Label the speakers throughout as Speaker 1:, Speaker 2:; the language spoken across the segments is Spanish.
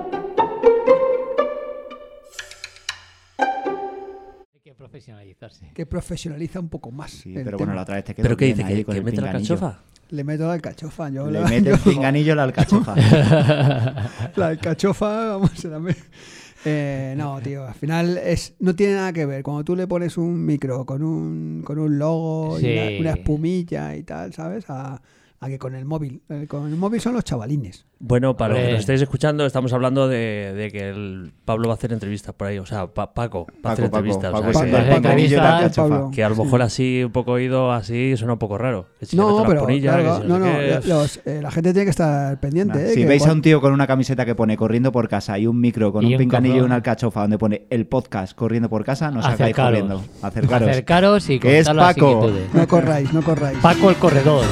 Speaker 1: profesionalizarse.
Speaker 2: que profesionaliza un poco más.
Speaker 3: Sí,
Speaker 2: el
Speaker 3: pero bueno, la
Speaker 2: tema.
Speaker 3: otra vez te quedó
Speaker 4: ¿Pero qué
Speaker 3: bien
Speaker 4: dice?
Speaker 3: ahí
Speaker 4: ¿Que,
Speaker 3: con
Speaker 4: que
Speaker 3: el
Speaker 4: mete la
Speaker 3: pinganillo.
Speaker 4: cachofa?
Speaker 2: Le meto la alcachofa. Yo
Speaker 3: Le
Speaker 2: la,
Speaker 3: mete
Speaker 2: yo-
Speaker 3: el pinganillo a la alcachofa.
Speaker 2: la alcachofa, vamos, se la me- Eh, no, tío, al final es, no tiene nada que ver. Cuando tú le pones un micro con un, con un logo y una,
Speaker 1: Sí.
Speaker 2: una espumilla y tal, ¿sabes? A, a que con el móvil. El- con el móvil son los chavalines.
Speaker 4: Bueno, para los que
Speaker 1: Hombre.
Speaker 4: nos estáis escuchando, estamos hablando de, de que el Pablo va a hacer entrevistas por ahí. O sea, Pa- Paco va a hacer
Speaker 3: Paco, Paco,
Speaker 4: entrevistas. o sea,
Speaker 3: Paco,
Speaker 2: Pa-
Speaker 3: sí,
Speaker 4: que-
Speaker 2: Pa-
Speaker 3: el pinganillo y la
Speaker 1: Paco,
Speaker 3: alcachofa.
Speaker 2: Pablo.
Speaker 4: que a lo mejor así, un poco oído, así, suena un poco raro. Que si le meto
Speaker 2: no,
Speaker 4: la
Speaker 2: pero
Speaker 4: punilla,
Speaker 2: claro,
Speaker 4: que si
Speaker 2: no,
Speaker 4: sé
Speaker 2: no,
Speaker 4: qué.
Speaker 2: los- eh, la gente tiene que estar pendiente.
Speaker 3: Nah,
Speaker 2: eh,
Speaker 3: Si
Speaker 2: que
Speaker 3: veis a
Speaker 2: cuan-
Speaker 3: un tío con una camiseta que pone corriendo por casa y un micro con
Speaker 1: Y
Speaker 3: un,
Speaker 1: un
Speaker 3: pinganillo y
Speaker 1: cordón.
Speaker 3: una alcachofa donde pone el podcast corriendo por casa, no sacáis
Speaker 1: Acercaros.
Speaker 3: corriendo. Acercaros.
Speaker 1: Acercaros y
Speaker 3: Que es
Speaker 1: contar las
Speaker 3: Paco.
Speaker 1: inquietudes.
Speaker 2: No corráis, no corráis.
Speaker 1: Paco el corredor.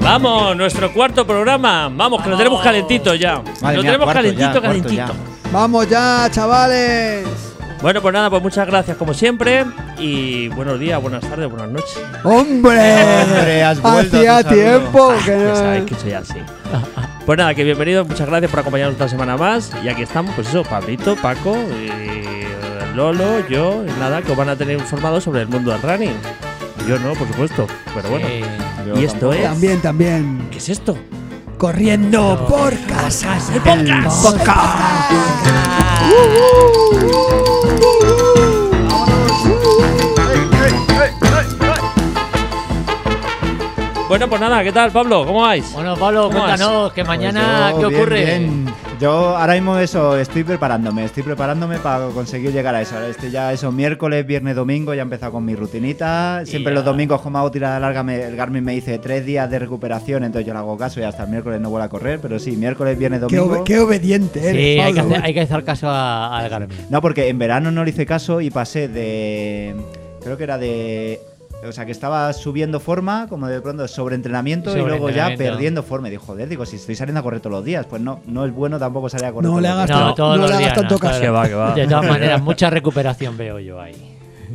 Speaker 4: Vamos, nuestro cuarto programa. Vamos, que lo tenemos calentito ya.
Speaker 3: Madre
Speaker 4: lo
Speaker 3: mía,
Speaker 4: tenemos
Speaker 3: cuarto ya,
Speaker 4: calentito,
Speaker 3: cuarto
Speaker 4: calentito.
Speaker 3: ya.
Speaker 2: Vamos ya, chavales.
Speaker 4: Bueno, pues nada, pues muchas gracias como siempre. Y buenos días, buenas tardes, buenas noches.
Speaker 2: Hombre,
Speaker 3: Hombre, has vuelto,
Speaker 2: hacía
Speaker 3: tu saludo. Ah,
Speaker 2: tiempo que
Speaker 4: Ah, pues Ya
Speaker 2: no.
Speaker 4: sabéis que soy así. Pues nada, que bienvenidos, muchas gracias por acompañarnos otra semana más. Y aquí estamos, pues eso, Pablito, Paco, y eh, Lolo, yo, y nada, que os van a tener informados sobre el mundo del running. Yo no, por supuesto, pero bueno.
Speaker 1: Eh,
Speaker 3: Yo
Speaker 4: Y esto
Speaker 3: tampoco.
Speaker 4: es.
Speaker 2: También, también.
Speaker 4: ¿Qué es esto?
Speaker 2: Corriendo por casa. El podcast.
Speaker 4: Bueno, pues nada, ¿qué tal, Pablo? ¿Cómo vais?
Speaker 1: bueno, Pablo,
Speaker 4: ¿Cómo vas?
Speaker 1: cuéntanos, que mañana,
Speaker 3: Pues
Speaker 1: ¿qué
Speaker 3: yo, bien,
Speaker 1: ocurre?
Speaker 3: bien. Yo ahora mismo eso, estoy preparándome, estoy preparándome para conseguir llegar a eso. Ahora Estoy ya eso, miércoles, viernes, domingo, ya he empezado con mi rutinita. Siempre
Speaker 4: Ya.
Speaker 3: los domingos como hago tirada larga, me- el Garmin me dice tres días de recuperación, entonces yo le hago caso y hasta el miércoles no vuelvo a correr, pero sí, miércoles, viernes,
Speaker 2: Qué,
Speaker 3: domingo.
Speaker 2: ob- qué obediente eres.
Speaker 1: Sí, hay que,
Speaker 2: Pablo. eh.
Speaker 1: hacer, hay que hacer caso a- al Garmin.
Speaker 3: No, porque en verano no le hice caso y pasé de. Creo que era de. O sea, que estaba subiendo forma, como de pronto sobreentrenamiento y luego ya
Speaker 1: Sobreentrenamiento.
Speaker 3: perdiendo forma. Y digo, joder, digo, si estoy saliendo a correr todos los días, pues no, no es bueno tampoco salir a correr
Speaker 2: No
Speaker 3: todos
Speaker 2: le
Speaker 3: los
Speaker 2: hagas
Speaker 3: días.
Speaker 2: tanto- no le hagas tanto
Speaker 1: claro.
Speaker 4: caso. Que va, que va.
Speaker 1: De todas maneras, mucha recuperación veo yo ahí.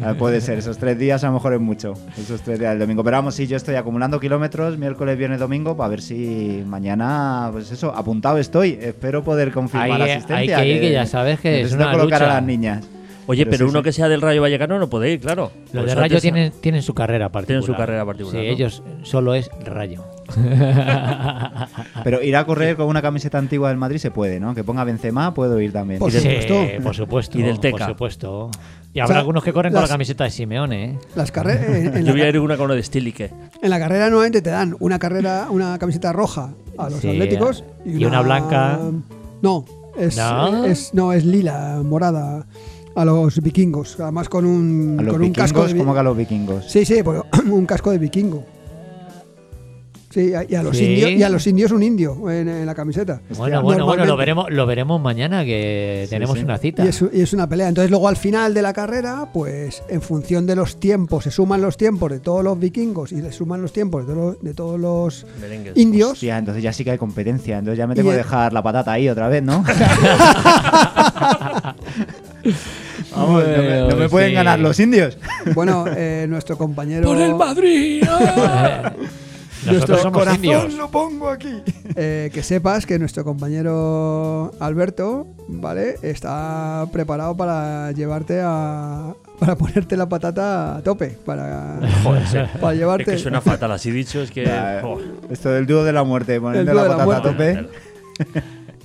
Speaker 3: Ah, puede ser, esos tres días a lo mejor es mucho. Esos tres días del domingo. Pero vamos, sí, yo estoy acumulando kilómetros miércoles, viernes, domingo, para ver si mañana, pues eso, apuntado estoy. Espero poder confirmar
Speaker 1: Ahí, eh,
Speaker 3: asistencia.
Speaker 1: hay que ir, que ya sabes que es
Speaker 3: necesito
Speaker 1: una
Speaker 3: colocar a
Speaker 1: lucha.
Speaker 3: las niñas.
Speaker 4: Oye, pero,
Speaker 3: sí,
Speaker 4: uno
Speaker 3: sí.
Speaker 4: que sea del Rayo Vallecano no puede ir, claro.
Speaker 1: Los
Speaker 4: Por
Speaker 1: de Rayo
Speaker 4: eso Pues antes-
Speaker 1: tienen, tienen su carrera particular.
Speaker 4: su carrera particular,
Speaker 1: Sí,
Speaker 4: ¿no?
Speaker 1: ellos solo es Rayo.
Speaker 2: Ah.
Speaker 3: Pero ir a correr con una camiseta antigua del Madrid se puede, ¿no? Que ponga Benzema, puedo ir también.
Speaker 2: Por
Speaker 3: Y de-
Speaker 2: sí.
Speaker 1: Sí,
Speaker 2: supuesto.
Speaker 1: por supuesto.
Speaker 4: Y del Teca.
Speaker 1: Por supuesto. Y
Speaker 2: O
Speaker 1: habrá
Speaker 2: sea,
Speaker 1: algunos que corren con
Speaker 2: las-
Speaker 1: la camiseta de Simeone, ¿eh?
Speaker 2: Las carreras. En, en
Speaker 4: Yo voy a
Speaker 2: la,
Speaker 4: ir una con uno de Stilique.
Speaker 2: en la carrera nuevamente te dan una carrera, una camiseta roja a los
Speaker 1: Sí,
Speaker 2: atléticos
Speaker 1: y una blanca.
Speaker 2: No, es,
Speaker 1: ¿No?
Speaker 2: es no es lila, morada a los vikingos. Además con un
Speaker 3: A los
Speaker 2: con un
Speaker 3: vikingos,
Speaker 2: casco de vi-
Speaker 3: ¿cómo que a los vikingos?
Speaker 2: Sí, sí, porque un casco de vikingo. Sí, y a los
Speaker 1: Sí.
Speaker 2: indios y a los indios un indio en, en la camiseta.
Speaker 1: Bueno, bueno, bueno,
Speaker 2: Este normalmente-
Speaker 1: lo veremos, lo veremos mañana que tenemos
Speaker 3: sí.
Speaker 1: una cita.
Speaker 2: Y es, y es una pelea. Entonces luego al final de la carrera, pues en función de los tiempos, se suman los tiempos de todos los vikingos y se suman los tiempos de, todos los- de todos los
Speaker 4: Merengues.
Speaker 2: indios.
Speaker 3: Hostia, entonces ya sí que hay competencia. Entonces ya me tengo
Speaker 2: Y
Speaker 3: que
Speaker 2: el-
Speaker 3: dejar la patata ahí otra vez, ¿no? Vamos, no me, no me
Speaker 1: Bueno,
Speaker 3: pueden
Speaker 1: sí.
Speaker 3: ganar los indios.
Speaker 2: Bueno, eh, nuestro compañero...
Speaker 4: Madrid!
Speaker 1: Nosotros somos
Speaker 3: corazón
Speaker 1: indios.
Speaker 3: lo pongo aquí.
Speaker 2: eh, que sepas que nuestro compañero Alberto, ¿vale? Está preparado para llevarte a... Para ponerte la patata a tope, para,
Speaker 4: Joder, sí.
Speaker 2: para llevarte...
Speaker 4: Es que suena fatal, así dicho, es que.
Speaker 3: Ya,
Speaker 4: oh.
Speaker 3: Esto del dúo de la muerte, poniendo
Speaker 2: dúo
Speaker 3: la
Speaker 2: de la
Speaker 3: patata a
Speaker 2: muerte.
Speaker 3: tope.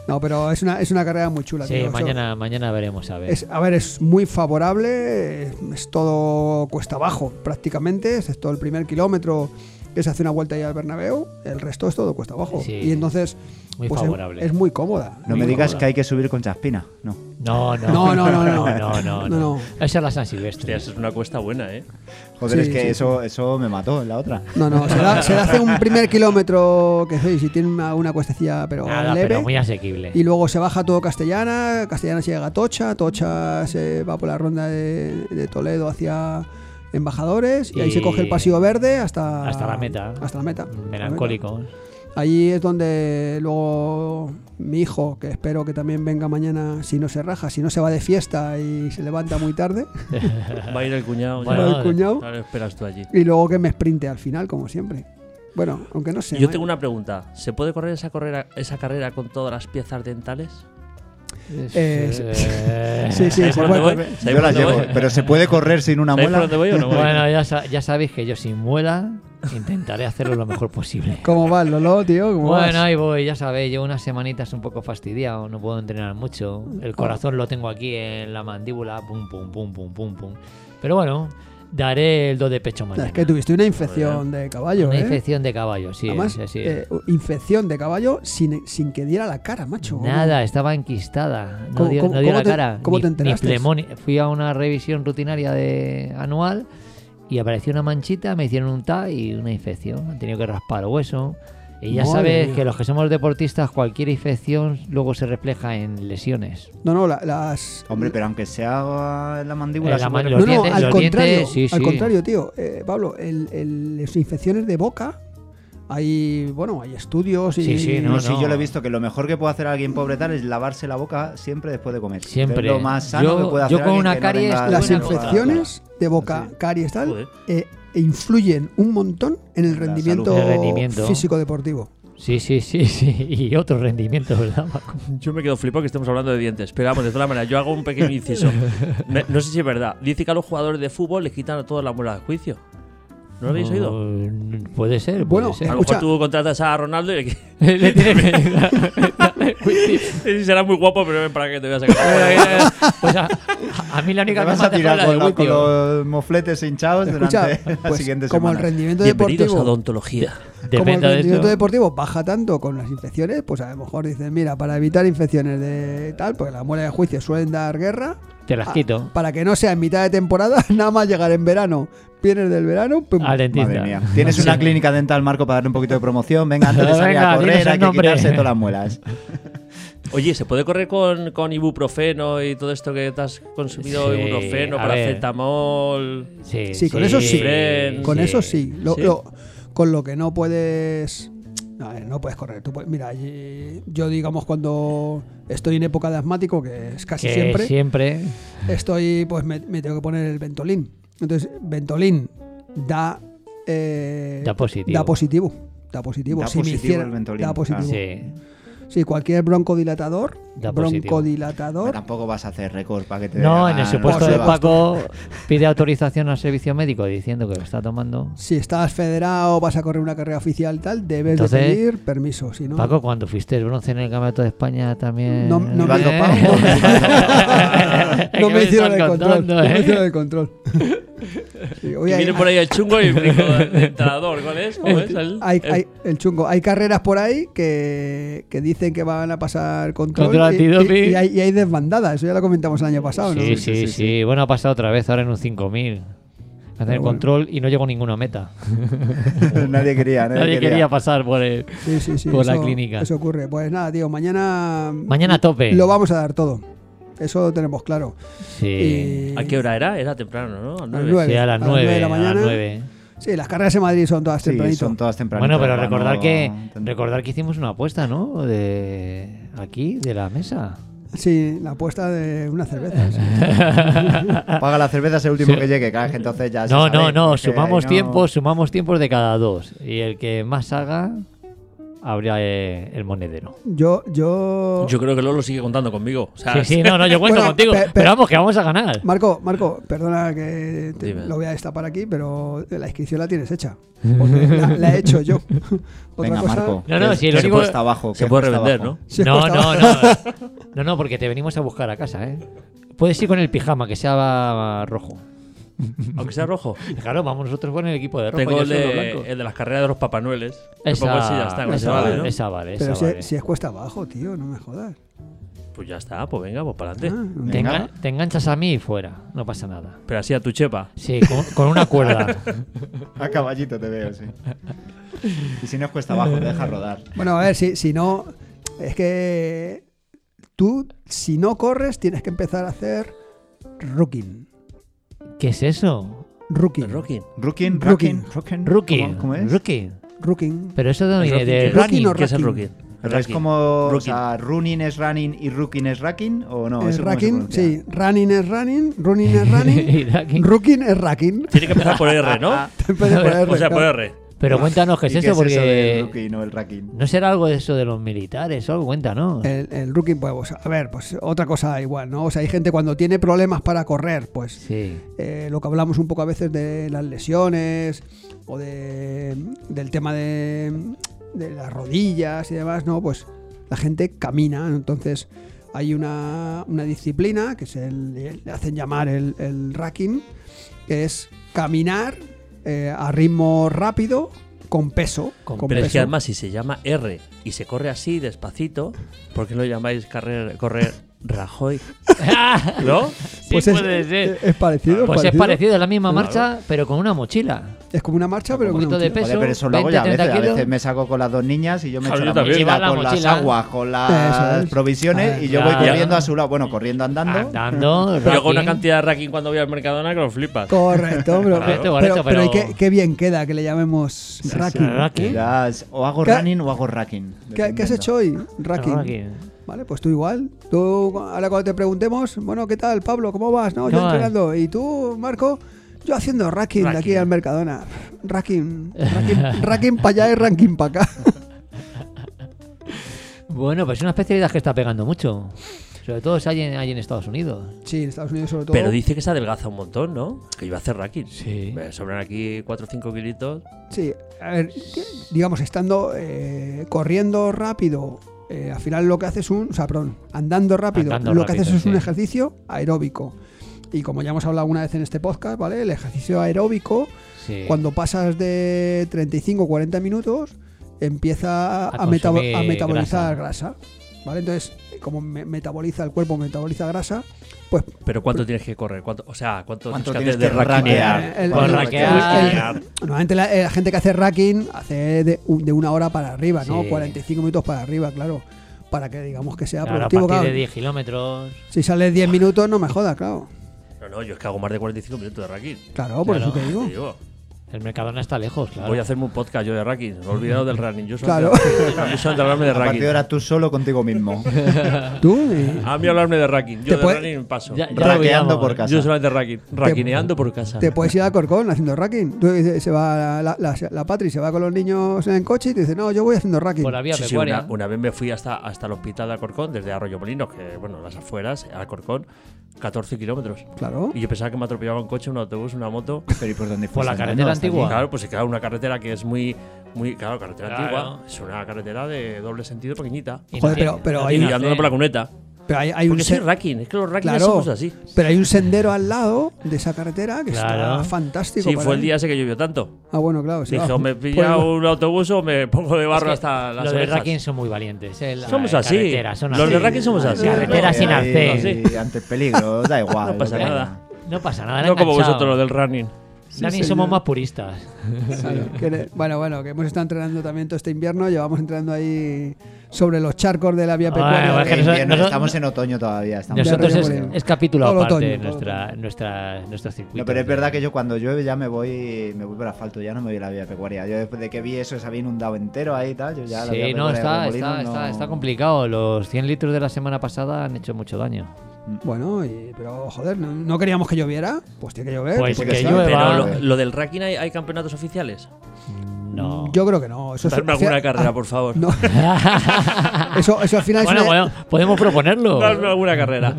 Speaker 2: No, pero es una, es una carrera muy chula. tío.
Speaker 1: Sí,
Speaker 2: Eso-
Speaker 1: mañana, mañana veremos a ver.
Speaker 2: Es, a ver, es muy favorable, es, es todo cuesta abajo prácticamente, es todo el primer kilómetro que se hace una vuelta ahí al Bernabéu, el resto es todo cuesta abajo.
Speaker 1: Sí.
Speaker 2: y entonces
Speaker 1: Muy
Speaker 2: pues, es-
Speaker 1: favorable.
Speaker 2: Es, muy cómoda.
Speaker 3: No me
Speaker 1: Muy
Speaker 3: digas
Speaker 1: cómoda.
Speaker 3: que hay que subir con chaspina. No.
Speaker 1: No, no,
Speaker 2: No, no, no,
Speaker 1: no,
Speaker 2: no.
Speaker 1: no, no, no.
Speaker 2: No, no.
Speaker 1: Esa es la San
Speaker 4: Hostia,
Speaker 1: Silvestre.
Speaker 4: esa es una cuesta buena, ¿eh?
Speaker 3: Joder,
Speaker 2: Sí,
Speaker 3: es que
Speaker 2: sí, sí.
Speaker 3: eso, eso me mató en la otra.
Speaker 2: No, no, se, da- se le hace un primer kilómetro que sí, si tiene una, una cuestecilla pero
Speaker 1: Nada,
Speaker 2: leve.
Speaker 1: pero muy asequible.
Speaker 2: Y luego se baja todo Castellana, Castellana se llega a Tocha, Tocha se va por la ronda de, de Toledo hacia Embajadores y, ahí se
Speaker 1: Y-
Speaker 2: coge el pasillo verde hasta,
Speaker 1: hasta la meta.
Speaker 2: Hasta la meta.
Speaker 1: Melancólico.
Speaker 2: Allí es donde luego mi hijo, que espero que también venga mañana, si no se raja, si no se va de fiesta y se levanta muy tarde,
Speaker 4: Va a ir el cuñado. ya.
Speaker 1: Bueno,
Speaker 2: el cuñado,
Speaker 4: Ahora esperas tú allí.
Speaker 2: y luego que me sprinte al final, como siempre. Bueno, aunque no sé.
Speaker 4: Yo tengo una pregunta. ¿Se puede correr esa, carrera, esa carrera con todas las piezas dentales?
Speaker 2: Eh, sí.
Speaker 1: Eh,
Speaker 2: Sí, sí,
Speaker 4: ¿Sabéis
Speaker 2: se
Speaker 4: por
Speaker 2: puede
Speaker 4: dónde
Speaker 2: correr.
Speaker 4: voy? ¿Sabéis
Speaker 3: Yo la
Speaker 4: por dónde
Speaker 3: llevo,
Speaker 4: voy?
Speaker 3: pero se puede correr sin una
Speaker 4: ¿Sabéis por
Speaker 3: muela.
Speaker 4: dónde voy o no voy?
Speaker 1: Bueno, ya, sa- ya sabéis que yo sin muela intentaré hacerlo lo mejor posible.
Speaker 2: ¿Cómo va el Lolo, tío? ¿Cómo
Speaker 1: Bueno,
Speaker 2: vas?
Speaker 1: ahí voy, ya sabéis, llevo unas semanitas un poco fastidiado, no puedo entrenar mucho.
Speaker 2: Ah.
Speaker 1: El corazón lo tengo aquí en la mandíbula, pum, pum, pum, pum, pum, pum. Pero bueno, daré el do de pecho mañana.
Speaker 2: Es que tuviste una infección de caballo,
Speaker 1: Una
Speaker 2: ¿eh?
Speaker 1: infección de caballo, sí,
Speaker 2: Además,
Speaker 1: sí, sí.
Speaker 2: eh, infección de caballo sin, sin que diera la cara, macho.
Speaker 1: Nada, estaba enquistada. No
Speaker 2: ¿Cómo-
Speaker 1: dio,
Speaker 2: cómo-
Speaker 1: no dio
Speaker 2: cómo
Speaker 1: la
Speaker 2: te-
Speaker 1: cara.
Speaker 2: cómo
Speaker 1: ni-
Speaker 2: te
Speaker 1: ni
Speaker 2: enteraste?
Speaker 1: pneumonía. Fui a una revisión rutinaria de anual y apareció una manchita, me hicieron un TA y una infección. Me Han tenido que raspar hueso. Y ya
Speaker 2: Madre
Speaker 1: sabes
Speaker 2: mía.
Speaker 1: que los que somos deportistas, cualquier infección luego se refleja en lesiones.
Speaker 2: No, no, la- las...
Speaker 3: Hombre, pero aunque sea en la mandíbula.
Speaker 1: En Eh, la
Speaker 3: se
Speaker 1: man-
Speaker 3: puede-
Speaker 1: los
Speaker 2: no, no,
Speaker 1: dientes-
Speaker 2: al
Speaker 1: los
Speaker 2: contrario,
Speaker 1: dientes, sí,
Speaker 2: al
Speaker 1: sí.
Speaker 2: contrario, tío. Eh, Pablo, el- el- las infecciones de boca, hay, bueno, hay estudios y...
Speaker 1: Sí, sí,
Speaker 3: No,
Speaker 1: No,
Speaker 3: sí,
Speaker 1: no.
Speaker 3: yo lo he visto que lo mejor que puede hacer alguien pobre tal es lavarse la boca siempre después de comer.
Speaker 1: Siempre.
Speaker 3: Es lo más sano
Speaker 1: Yo-
Speaker 3: que puede
Speaker 1: yo
Speaker 3: hacer
Speaker 1: con
Speaker 3: alguien
Speaker 1: una
Speaker 3: que no
Speaker 1: caries
Speaker 3: tenga-
Speaker 2: Las
Speaker 1: Buena
Speaker 2: infecciones de boca,
Speaker 3: Sí.
Speaker 2: caries, tal,
Speaker 4: Joder.
Speaker 2: eh, influyen un montón en el
Speaker 3: La
Speaker 2: rendimiento,
Speaker 1: salud. El rendimiento.
Speaker 2: físico-deportivo.
Speaker 1: Sí, sí, sí, sí. Y otro rendimiento, ¿verdad? Paco?
Speaker 4: Yo me quedo flipado que estemos hablando de dientes. Pero vamos, de todas maneras, yo hago un pequeño inciso. Me- no sé si es verdad. Dice que a los jugadores de fútbol les quitan a todas las muelas de juicio. ¿No lo habéis oído?
Speaker 1: Mm, Puede ser. puede
Speaker 2: Bueno,
Speaker 1: ser.
Speaker 4: A lo
Speaker 2: Escucha.
Speaker 4: mejor tú contratas a Ronaldo y le
Speaker 1: Le tienes que- dale, juicio.
Speaker 4: Ese será muy guapo, pero ven para que te voy a sacar.
Speaker 1: Pues a, a mí la
Speaker 3: Te
Speaker 1: única que
Speaker 3: vas
Speaker 1: me ha
Speaker 3: a
Speaker 1: dejado
Speaker 3: tirar
Speaker 1: es la
Speaker 3: con,
Speaker 1: de
Speaker 3: la- con
Speaker 1: Witio.
Speaker 3: los mofletes hinchados
Speaker 2: Escucha,
Speaker 3: durante la
Speaker 2: pues,
Speaker 3: siguiente
Speaker 2: como el
Speaker 3: semana.
Speaker 2: rendimiento
Speaker 4: Bienvenidos a
Speaker 2: deportivo...
Speaker 4: Odontología.
Speaker 2: Como el
Speaker 1: Depende de
Speaker 2: rendimiento
Speaker 1: eso.
Speaker 2: deportivo baja tanto con las infecciones, pues a lo mejor dicen, mira, para evitar infecciones de tal, porque las muelas de juicio suelen dar guerra,
Speaker 1: Te las
Speaker 2: Ah,
Speaker 1: quito.
Speaker 2: para que no sea en mitad de temporada, nada más llegar en verano. Vienes del verano, pum.
Speaker 1: Al dentista.
Speaker 3: Madre mía. Tienes una clínica dental, Marco, para darle un poquito de promoción. Venga, antes de salir
Speaker 1: Venga,
Speaker 3: a
Speaker 1: dinos
Speaker 3: correr,
Speaker 1: el
Speaker 3: hay que
Speaker 1: nombre.
Speaker 3: quitarse todas las muelas.
Speaker 4: Oye, ¿se puede correr con, con ibuprofeno y todo esto que te has consumido?
Speaker 1: Sí,
Speaker 4: ibuprofeno,
Speaker 1: a ver.
Speaker 4: paracetamol.
Speaker 1: Sí,
Speaker 2: Sí, con eso sí.
Speaker 4: Fren,
Speaker 2: con eso sí. Lo-
Speaker 4: sí.
Speaker 2: lo- con lo que no puedes. A ver, no puedes correr. Tú puedes- mira, y- yo digamos cuando estoy en época de asmático, que es casi
Speaker 1: Que
Speaker 2: siempre,
Speaker 1: siempre.
Speaker 2: estoy, pues me, me tengo que poner el Ventolin. Entonces, Ventolin da. eh,
Speaker 1: Da positivo.
Speaker 2: Da positivo. Da positivo.
Speaker 3: Da
Speaker 2: Si me
Speaker 3: positivo
Speaker 2: hiciera-
Speaker 3: el Ventolin,
Speaker 2: Da positivo.
Speaker 3: claro.
Speaker 1: Sí.
Speaker 2: Sí, cualquier broncodilatador.
Speaker 1: Da positivo.
Speaker 2: broncodilatador.
Speaker 3: Tampoco vas a hacer récord para que te
Speaker 1: No,
Speaker 2: ah,
Speaker 3: digan,
Speaker 1: en el supuesto
Speaker 2: por
Speaker 1: de
Speaker 2: supuesto.
Speaker 1: Paco pide autorización al servicio médico diciendo que lo está tomando.
Speaker 2: Si estás federado, vas a correr una carrera oficial, tal, debes
Speaker 1: Entonces,
Speaker 2: de pedir permiso. Si no,
Speaker 1: Paco, eh, cuando fuiste el bronce en el Campeonato de España también.
Speaker 2: No- no
Speaker 3: me-
Speaker 2: no
Speaker 1: ¿Qué
Speaker 2: me hicieron el
Speaker 1: estás
Speaker 2: control.
Speaker 1: contando,
Speaker 2: no me
Speaker 1: eh?
Speaker 2: hicieron el control. Sí,
Speaker 4: Y
Speaker 2: oye, hay-
Speaker 4: viene por ahí el chungo y me dijo, el entrenador, ¿cuál es? ¿Cómo es? El-
Speaker 2: hay-
Speaker 4: el-
Speaker 1: Eh.
Speaker 2: hay- el chungo. Hay carreras por ahí que, que dicen que van a pasar control.
Speaker 1: Control
Speaker 2: y-
Speaker 1: antidoping.
Speaker 2: y, y hay, y hay desbandada. Eso ya lo comentamos el año pasado, ¿no?
Speaker 1: Sí, sí, sí, Bueno, ha pasado otra vez, ahora en un 5000. Hacen el
Speaker 2: bueno.
Speaker 1: control y no llegó ninguna meta.
Speaker 3: nadie quería, nadie,
Speaker 1: Nadie quería pasar por el.
Speaker 2: Sí, sí, sí,
Speaker 1: Por la
Speaker 2: eso-
Speaker 1: clínica.
Speaker 2: Eso ocurre. Pues nada, tío, mañana.
Speaker 1: Mañana a tope.
Speaker 2: Lo vamos a dar todo. Eso lo tenemos claro.
Speaker 1: Sí.
Speaker 2: Y-
Speaker 4: ¿A qué hora era? Era temprano, ¿no? A
Speaker 2: las
Speaker 4: nueve.
Speaker 1: Sí, a las
Speaker 2: a nueve
Speaker 1: 9.
Speaker 2: de la
Speaker 1: a
Speaker 2: mañana.
Speaker 1: las 9.
Speaker 2: Sí, las carreras en Madrid son todas
Speaker 3: Sí,
Speaker 2: tempranito.
Speaker 3: son todas tempranas.
Speaker 1: Bueno, pero recordar que recordar que hicimos una apuesta, ¿no? De aquí, de la mesa.
Speaker 2: Sí, la apuesta de una cerveza. sí.
Speaker 3: Paga la cerveza es el último que llegue, claro, que entonces ya se
Speaker 1: No, no,
Speaker 3: sabe,
Speaker 1: no.
Speaker 3: es que ahí
Speaker 1: Sumamos
Speaker 3: no-
Speaker 1: tiempos, sumamos tiempos de cada dos. Y el que más haga, abrirá eh, el monedero.
Speaker 2: Yo, yo.
Speaker 4: Yo creo que Lolo sigue contando conmigo. O sea,
Speaker 1: Sí, sí, no, no, yo cuento
Speaker 2: Bueno,
Speaker 1: contigo.
Speaker 2: pe- pe-
Speaker 1: pero vamos, que vamos a ganar.
Speaker 2: Marco, Marco, perdona que te-
Speaker 4: Dime.
Speaker 2: lo voy a destapar aquí, pero la inscripción la tienes hecha. Porque la, la he hecho yo. Otra
Speaker 3: Venga,
Speaker 2: cosa-
Speaker 3: Marco.
Speaker 1: No, no,
Speaker 3: que-
Speaker 1: si el
Speaker 3: que se
Speaker 1: único-
Speaker 3: cuesta abajo,
Speaker 4: se
Speaker 3: que
Speaker 4: puede
Speaker 3: cuesta
Speaker 4: revender,
Speaker 3: abajo.
Speaker 4: ¿no?
Speaker 2: Sí,
Speaker 1: no,
Speaker 2: cuesta
Speaker 1: no,
Speaker 2: abajo.
Speaker 1: no. No, no, porque te venimos a buscar a casa, ¿eh? Puedes ir con el pijama, que sea rojo.
Speaker 4: Aunque sea rojo.
Speaker 1: Claro, vamos nosotros con el equipo de rojo.
Speaker 4: Tengo
Speaker 1: yo
Speaker 4: el
Speaker 1: solo
Speaker 4: de,
Speaker 1: blanco.
Speaker 4: el de las carreras de los papanueles. Me pongo así y ya está,
Speaker 1: Esa,
Speaker 4: con eso
Speaker 1: esa
Speaker 4: vale,
Speaker 1: vale,
Speaker 4: ¿no?
Speaker 1: esa vale,
Speaker 2: Pero
Speaker 1: esa
Speaker 2: si,
Speaker 1: vale.
Speaker 2: si es cuesta abajo, tío, no me jodas.
Speaker 4: Pues ya está, pues venga, pues para
Speaker 2: Ah,
Speaker 4: adelante.
Speaker 1: Te,
Speaker 3: Venga.
Speaker 1: engan- te enganchas a mí y fuera, no pasa nada.
Speaker 4: Pero así a tu chepa.
Speaker 1: Sí, con, con una cuerda.
Speaker 3: A caballito te veo, sí. Y si no es cuesta abajo, te deja rodar.
Speaker 2: Bueno, a ver, si, si no. Es que. Tú, si no corres, tienes que empezar a hacer rooking.
Speaker 1: ¿Qué es eso?
Speaker 2: Rooking.
Speaker 4: El Rocking.
Speaker 2: Rooking.
Speaker 3: Rooking, rooking, rooking.
Speaker 1: Rookie.
Speaker 3: ¿Cómo, cómo es?
Speaker 1: Rookie.
Speaker 2: Rooking.
Speaker 1: Pero eso
Speaker 4: El
Speaker 1: de,
Speaker 4: rocking,
Speaker 1: de
Speaker 4: ¿qué es?
Speaker 1: running.
Speaker 2: o
Speaker 4: ¿Qué es el
Speaker 2: rocking?
Speaker 4: rocking?
Speaker 3: Pero es como. O
Speaker 4: Rookie.
Speaker 3: sea, running es running y rooking es racking, ¿o no?
Speaker 2: Eh,
Speaker 3: ¿Eso cómo se
Speaker 2: racking,
Speaker 3: pronuncia?
Speaker 2: sí. Running es running, running es
Speaker 1: Y
Speaker 2: running,
Speaker 1: racking.
Speaker 2: rooking es racking.
Speaker 4: Tiene que empezar por R, ¿no?
Speaker 2: Te puedes poner
Speaker 4: o sea,
Speaker 2: recado.
Speaker 4: por R.
Speaker 1: Pero cuéntanos qué es
Speaker 3: ¿Y
Speaker 1: esto,
Speaker 3: qué es eso
Speaker 1: Pues porque.
Speaker 3: del rookie, no el racking?
Speaker 1: ¿No será algo de eso de los militares o algo? Cuéntanos.
Speaker 2: El, el rookie, pues, o sea, a ver, pues otra cosa igual, ¿no? O sea, hay gente cuando tiene problemas para correr, pues
Speaker 1: Sí.
Speaker 2: eh, lo que hablamos un poco a veces de las lesiones o de, del tema de, de las rodillas y demás, ¿no? Pues la gente camina, entonces hay una, una disciplina que es el- el- le hacen llamar el, el racking, que es caminar eh, a ritmo rápido con peso.
Speaker 1: Con
Speaker 4: Pero es que
Speaker 2: peso.
Speaker 4: además, si se llama R y se corre así despacito, ¿por qué lo llamáis carrer- correr Rajoy? ¿No?
Speaker 2: Pues
Speaker 1: sí,
Speaker 2: es,
Speaker 1: puede ser.
Speaker 2: es- es parecido.
Speaker 1: Pues es parecido, es la misma marcha, pero con una mochila.
Speaker 2: Es como una marcha, pero
Speaker 1: un
Speaker 2: con
Speaker 1: poquito
Speaker 2: una
Speaker 1: de
Speaker 2: mochila.
Speaker 1: peso.
Speaker 3: Joder, pero eso lo hago
Speaker 1: 20,
Speaker 3: yo a veces.
Speaker 1: 30
Speaker 3: A veces
Speaker 1: kilos.
Speaker 3: me saco con las dos niñas y yo me
Speaker 4: Claro,
Speaker 3: echo
Speaker 4: yo
Speaker 3: la
Speaker 4: también.
Speaker 3: mochila,
Speaker 1: Lleva la
Speaker 3: con
Speaker 1: mochila.
Speaker 3: las aguas, con
Speaker 2: Eso
Speaker 3: las
Speaker 2: es.
Speaker 3: provisiones
Speaker 2: Ah,
Speaker 3: y yo
Speaker 1: claro.
Speaker 3: voy corriendo a su lado. Bueno, corriendo andando.
Speaker 1: Andando,
Speaker 4: Pero con una
Speaker 1: racking.
Speaker 4: cantidad de racking cuando voy al Mercadona que lo flipas.
Speaker 2: Correcto, pero,
Speaker 4: Correcto,
Speaker 2: pero,
Speaker 1: correcto, pero-
Speaker 2: pero qué, qué bien queda que le llamemos racking.
Speaker 1: racking. ¿Qué?
Speaker 3: Ya es- O hago
Speaker 2: ¿Qué-
Speaker 3: running o hago racking.
Speaker 2: ¿Qué, qué has
Speaker 3: dependiendo.
Speaker 2: hecho hoy?
Speaker 1: Racking.
Speaker 2: Racking. Vale, pues tú igual. Tú, ahora cuando te preguntemos, bueno, ¿qué tal, Pablo? ¿Cómo vas? No, yo
Speaker 1: ¿Cómo vas?
Speaker 2: entrenando. ¿Y tú, Marco? Yo haciendo racking, de aquí
Speaker 4: Racking.
Speaker 2: al Mercadona. Racking. Racking, racking para allá y ranking para acá.
Speaker 1: Bueno, pues es una especialidad que está pegando mucho. Sobre todo si hay en, hay en Estados Unidos.
Speaker 2: Sí, en Estados Unidos sobre todo.
Speaker 4: Pero dice que se adelgaza un montón, ¿no? Que iba a hacer racking.
Speaker 1: Sí.
Speaker 4: Me sobran aquí 4 o 5 kilitos.
Speaker 2: Sí, a ver, que- digamos, estando eh, corriendo rápido, eh, al final lo que haces es un, o sea, perdón, andando rápido,
Speaker 1: Andando
Speaker 2: lo que
Speaker 1: rápido,
Speaker 2: haces es un
Speaker 1: sí.
Speaker 2: ejercicio aeróbico. Y como ya hemos hablado alguna vez en este podcast, ¿vale? El ejercicio aeróbico,
Speaker 1: sí.
Speaker 2: cuando pasas de 35 o 40 minutos, empieza a,
Speaker 1: A
Speaker 2: metabo-
Speaker 1: consumir
Speaker 2: a metabolizar grasa. ¿Vale? Entonces, como me- metaboliza el cuerpo, metaboliza grasa, pues
Speaker 4: Pero ¿cuánto tienes que correr? ¿Cuánto, o sea, ¿cuánto,
Speaker 3: ¿Cuánto
Speaker 4: tienes
Speaker 3: tienes
Speaker 4: que hacer de
Speaker 3: que
Speaker 4: rackear?
Speaker 3: rackear?
Speaker 2: El-
Speaker 1: Por
Speaker 2: el-
Speaker 1: rackear.
Speaker 2: el- Normalmente la, eh, la gente que hace racking hace de, un- de una hora para arriba, ¿no?
Speaker 1: Sí.
Speaker 2: 45 minutos para arriba, claro. Para que digamos que sea
Speaker 1: Claro, a
Speaker 2: productivo.
Speaker 1: partir de
Speaker 2: claro.
Speaker 1: 10 kilómetros.
Speaker 2: Si sales 10 minutos, no me jodas, claro.
Speaker 4: No, no, yo es que hago más de 45 minutos de racking.
Speaker 2: Claro, por
Speaker 1: Claro.
Speaker 2: eso te digo.
Speaker 4: Te digo,
Speaker 1: El Mercadona está lejos, claro.
Speaker 4: Voy a hacerme un podcast yo de racking. Me he olvidado del running. Yo soy
Speaker 2: Claro.
Speaker 4: de, yo soy de hablarme de
Speaker 3: A partir de
Speaker 4: racking.
Speaker 3: ahora tú solo contigo mismo.
Speaker 2: Tú, eh,
Speaker 4: A mí hablarme de racking.
Speaker 2: Te
Speaker 4: Yo de
Speaker 2: puede-
Speaker 4: running paso.
Speaker 1: Ya- ya lo
Speaker 3: Raqueando
Speaker 1: veíamos.
Speaker 3: por casa.
Speaker 4: Yo solamente racking. Raquineando por casa.
Speaker 2: te puedes ir a Corcón haciendo racking. Tú, eh, se va la, la- la Patri se va con los niños en el coche y te dice, no, yo voy haciendo racking.
Speaker 1: Por la vía
Speaker 4: Sí, sí,
Speaker 1: pecuaria.
Speaker 4: una, una vez me fui hasta, hasta el hospital de Alcorcón, desde Arroyo Molinos, que bueno, las afueras, Alcorcón, 14 kilómetros.
Speaker 2: Claro.
Speaker 4: Y yo pensaba que me atropellaba un coche, un autobús, una moto.
Speaker 3: Pero ¿y por dónde
Speaker 1: Por la
Speaker 3: fuiste
Speaker 1: carretera
Speaker 3: andando hasta
Speaker 1: antigua.
Speaker 3: allí?
Speaker 4: Claro, pues claro, una carretera que es muy, muy, claro, carretera
Speaker 1: Claro.
Speaker 4: antigua, es una carretera de doble sentido pequeñita.
Speaker 1: Y no
Speaker 2: Joder,
Speaker 1: tiene-
Speaker 2: pero- pero
Speaker 1: no
Speaker 2: ahí-
Speaker 4: Y
Speaker 1: tiene
Speaker 4: andando
Speaker 1: hacer.
Speaker 4: por la cuneta.
Speaker 2: Pero hay, hay un
Speaker 4: Porque soy
Speaker 2: sen-
Speaker 4: racking, es que los racking
Speaker 2: Claro.
Speaker 4: somos así.
Speaker 2: pero hay un sendero al lado de esa carretera que
Speaker 1: Claro.
Speaker 2: está fantástico.
Speaker 4: Sí,
Speaker 2: para
Speaker 4: fue el
Speaker 2: ir.
Speaker 4: día ese que llovió tanto.
Speaker 2: Ah, bueno, claro. sí,
Speaker 4: Dije,
Speaker 2: va.
Speaker 4: o me
Speaker 2: Pues
Speaker 4: pilla
Speaker 2: va.
Speaker 4: un autobús o me pongo de barro
Speaker 1: Es que
Speaker 4: hasta las
Speaker 1: Los de
Speaker 4: orejas.
Speaker 1: racking son muy valientes. eh, la
Speaker 4: Somos así.
Speaker 1: carretera, son
Speaker 4: Los
Speaker 1: así.
Speaker 4: de racking somos así.
Speaker 1: Carretera
Speaker 3: Ahí,
Speaker 1: sin arcén.
Speaker 3: ahí, Ante el peligro, da igual.
Speaker 4: No pasa
Speaker 3: lo que
Speaker 4: nada.
Speaker 3: haya.
Speaker 1: No pasa nada.
Speaker 4: No como
Speaker 1: enganchado.
Speaker 4: vosotros, los del running.
Speaker 1: Dani,
Speaker 2: Sí,
Speaker 1: somos
Speaker 2: señor.
Speaker 1: más puristas.
Speaker 2: Claro, que le- bueno, bueno, que hemos estado entrenando también todo este invierno, llevamos entrenando ahí sobre los charcos de la vía
Speaker 1: Ah,
Speaker 2: pecuaria.
Speaker 1: bueno,
Speaker 3: Porque
Speaker 1: que nosotros-
Speaker 3: invierno,
Speaker 1: nosotros-
Speaker 3: estamos en otoño todavía. estamos-
Speaker 1: Nosotros
Speaker 2: Ya
Speaker 1: es,
Speaker 2: veremos.
Speaker 1: es capítulo
Speaker 2: Todo el
Speaker 1: aparte de
Speaker 2: otoño, todo el
Speaker 1: nuestra, nuestra, nuestros circuitos.
Speaker 3: No, pero es verdad que yo cuando llueve ya me voy me voy por asfalto, ya no me voy a la vía pecuaria. Yo después de que vi eso, se había inundado entero ahí y tal, yo ya la vía
Speaker 1: Sí, no,
Speaker 3: pecuaria de
Speaker 1: está,
Speaker 3: Remolinos
Speaker 1: está,
Speaker 3: no-
Speaker 1: está, está complicado. Los 100 litros de la semana pasada han hecho mucho daño.
Speaker 2: Bueno, y- pero joder, no, no queríamos que lloviera, pues tiene que llover.
Speaker 1: Pues
Speaker 3: porque
Speaker 1: que
Speaker 3: está-
Speaker 1: llueva.
Speaker 4: Pero
Speaker 3: va.
Speaker 4: lo, lo del racking, ¿hay, hay campeonatos oficiales?
Speaker 1: No.
Speaker 2: Yo creo que no. Eso es-
Speaker 4: Darme
Speaker 2: o sea,
Speaker 4: alguna carrera,
Speaker 2: ah,
Speaker 4: por favor.
Speaker 2: no. eso, eso al final es
Speaker 1: bueno,
Speaker 2: una-
Speaker 1: bueno, podemos proponerlo.
Speaker 4: Darme alguna carrera.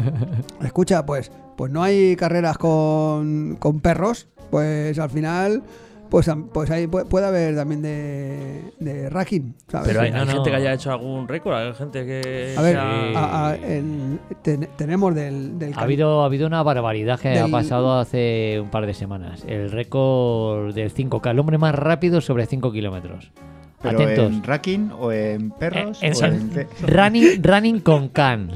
Speaker 2: Escucha, pues, pues no hay carreras con, con perros, pues al final, pues, am- pues ahí pu- puede haber también de, de racking, ¿sabes?
Speaker 4: Pero
Speaker 1: Sí,
Speaker 4: hay,
Speaker 1: no,
Speaker 4: hay
Speaker 1: no.
Speaker 4: gente que haya hecho algún récord, hay gente que.
Speaker 2: a ver, ah,
Speaker 4: sea-
Speaker 2: a- a- en- ten- tenemos del, del
Speaker 1: Ha habido, ha habido una barbaridad que ha
Speaker 2: Del-
Speaker 1: pasado hace un par de semanas. El récord del 5K, el hombre más rápido sobre 5 kilómetros.
Speaker 3: Pero
Speaker 1: Atentos.
Speaker 3: en racking o en perros pues,
Speaker 1: Eh, en
Speaker 3: o
Speaker 1: San-
Speaker 3: en qué?
Speaker 1: Running, running con can.
Speaker 2: ah.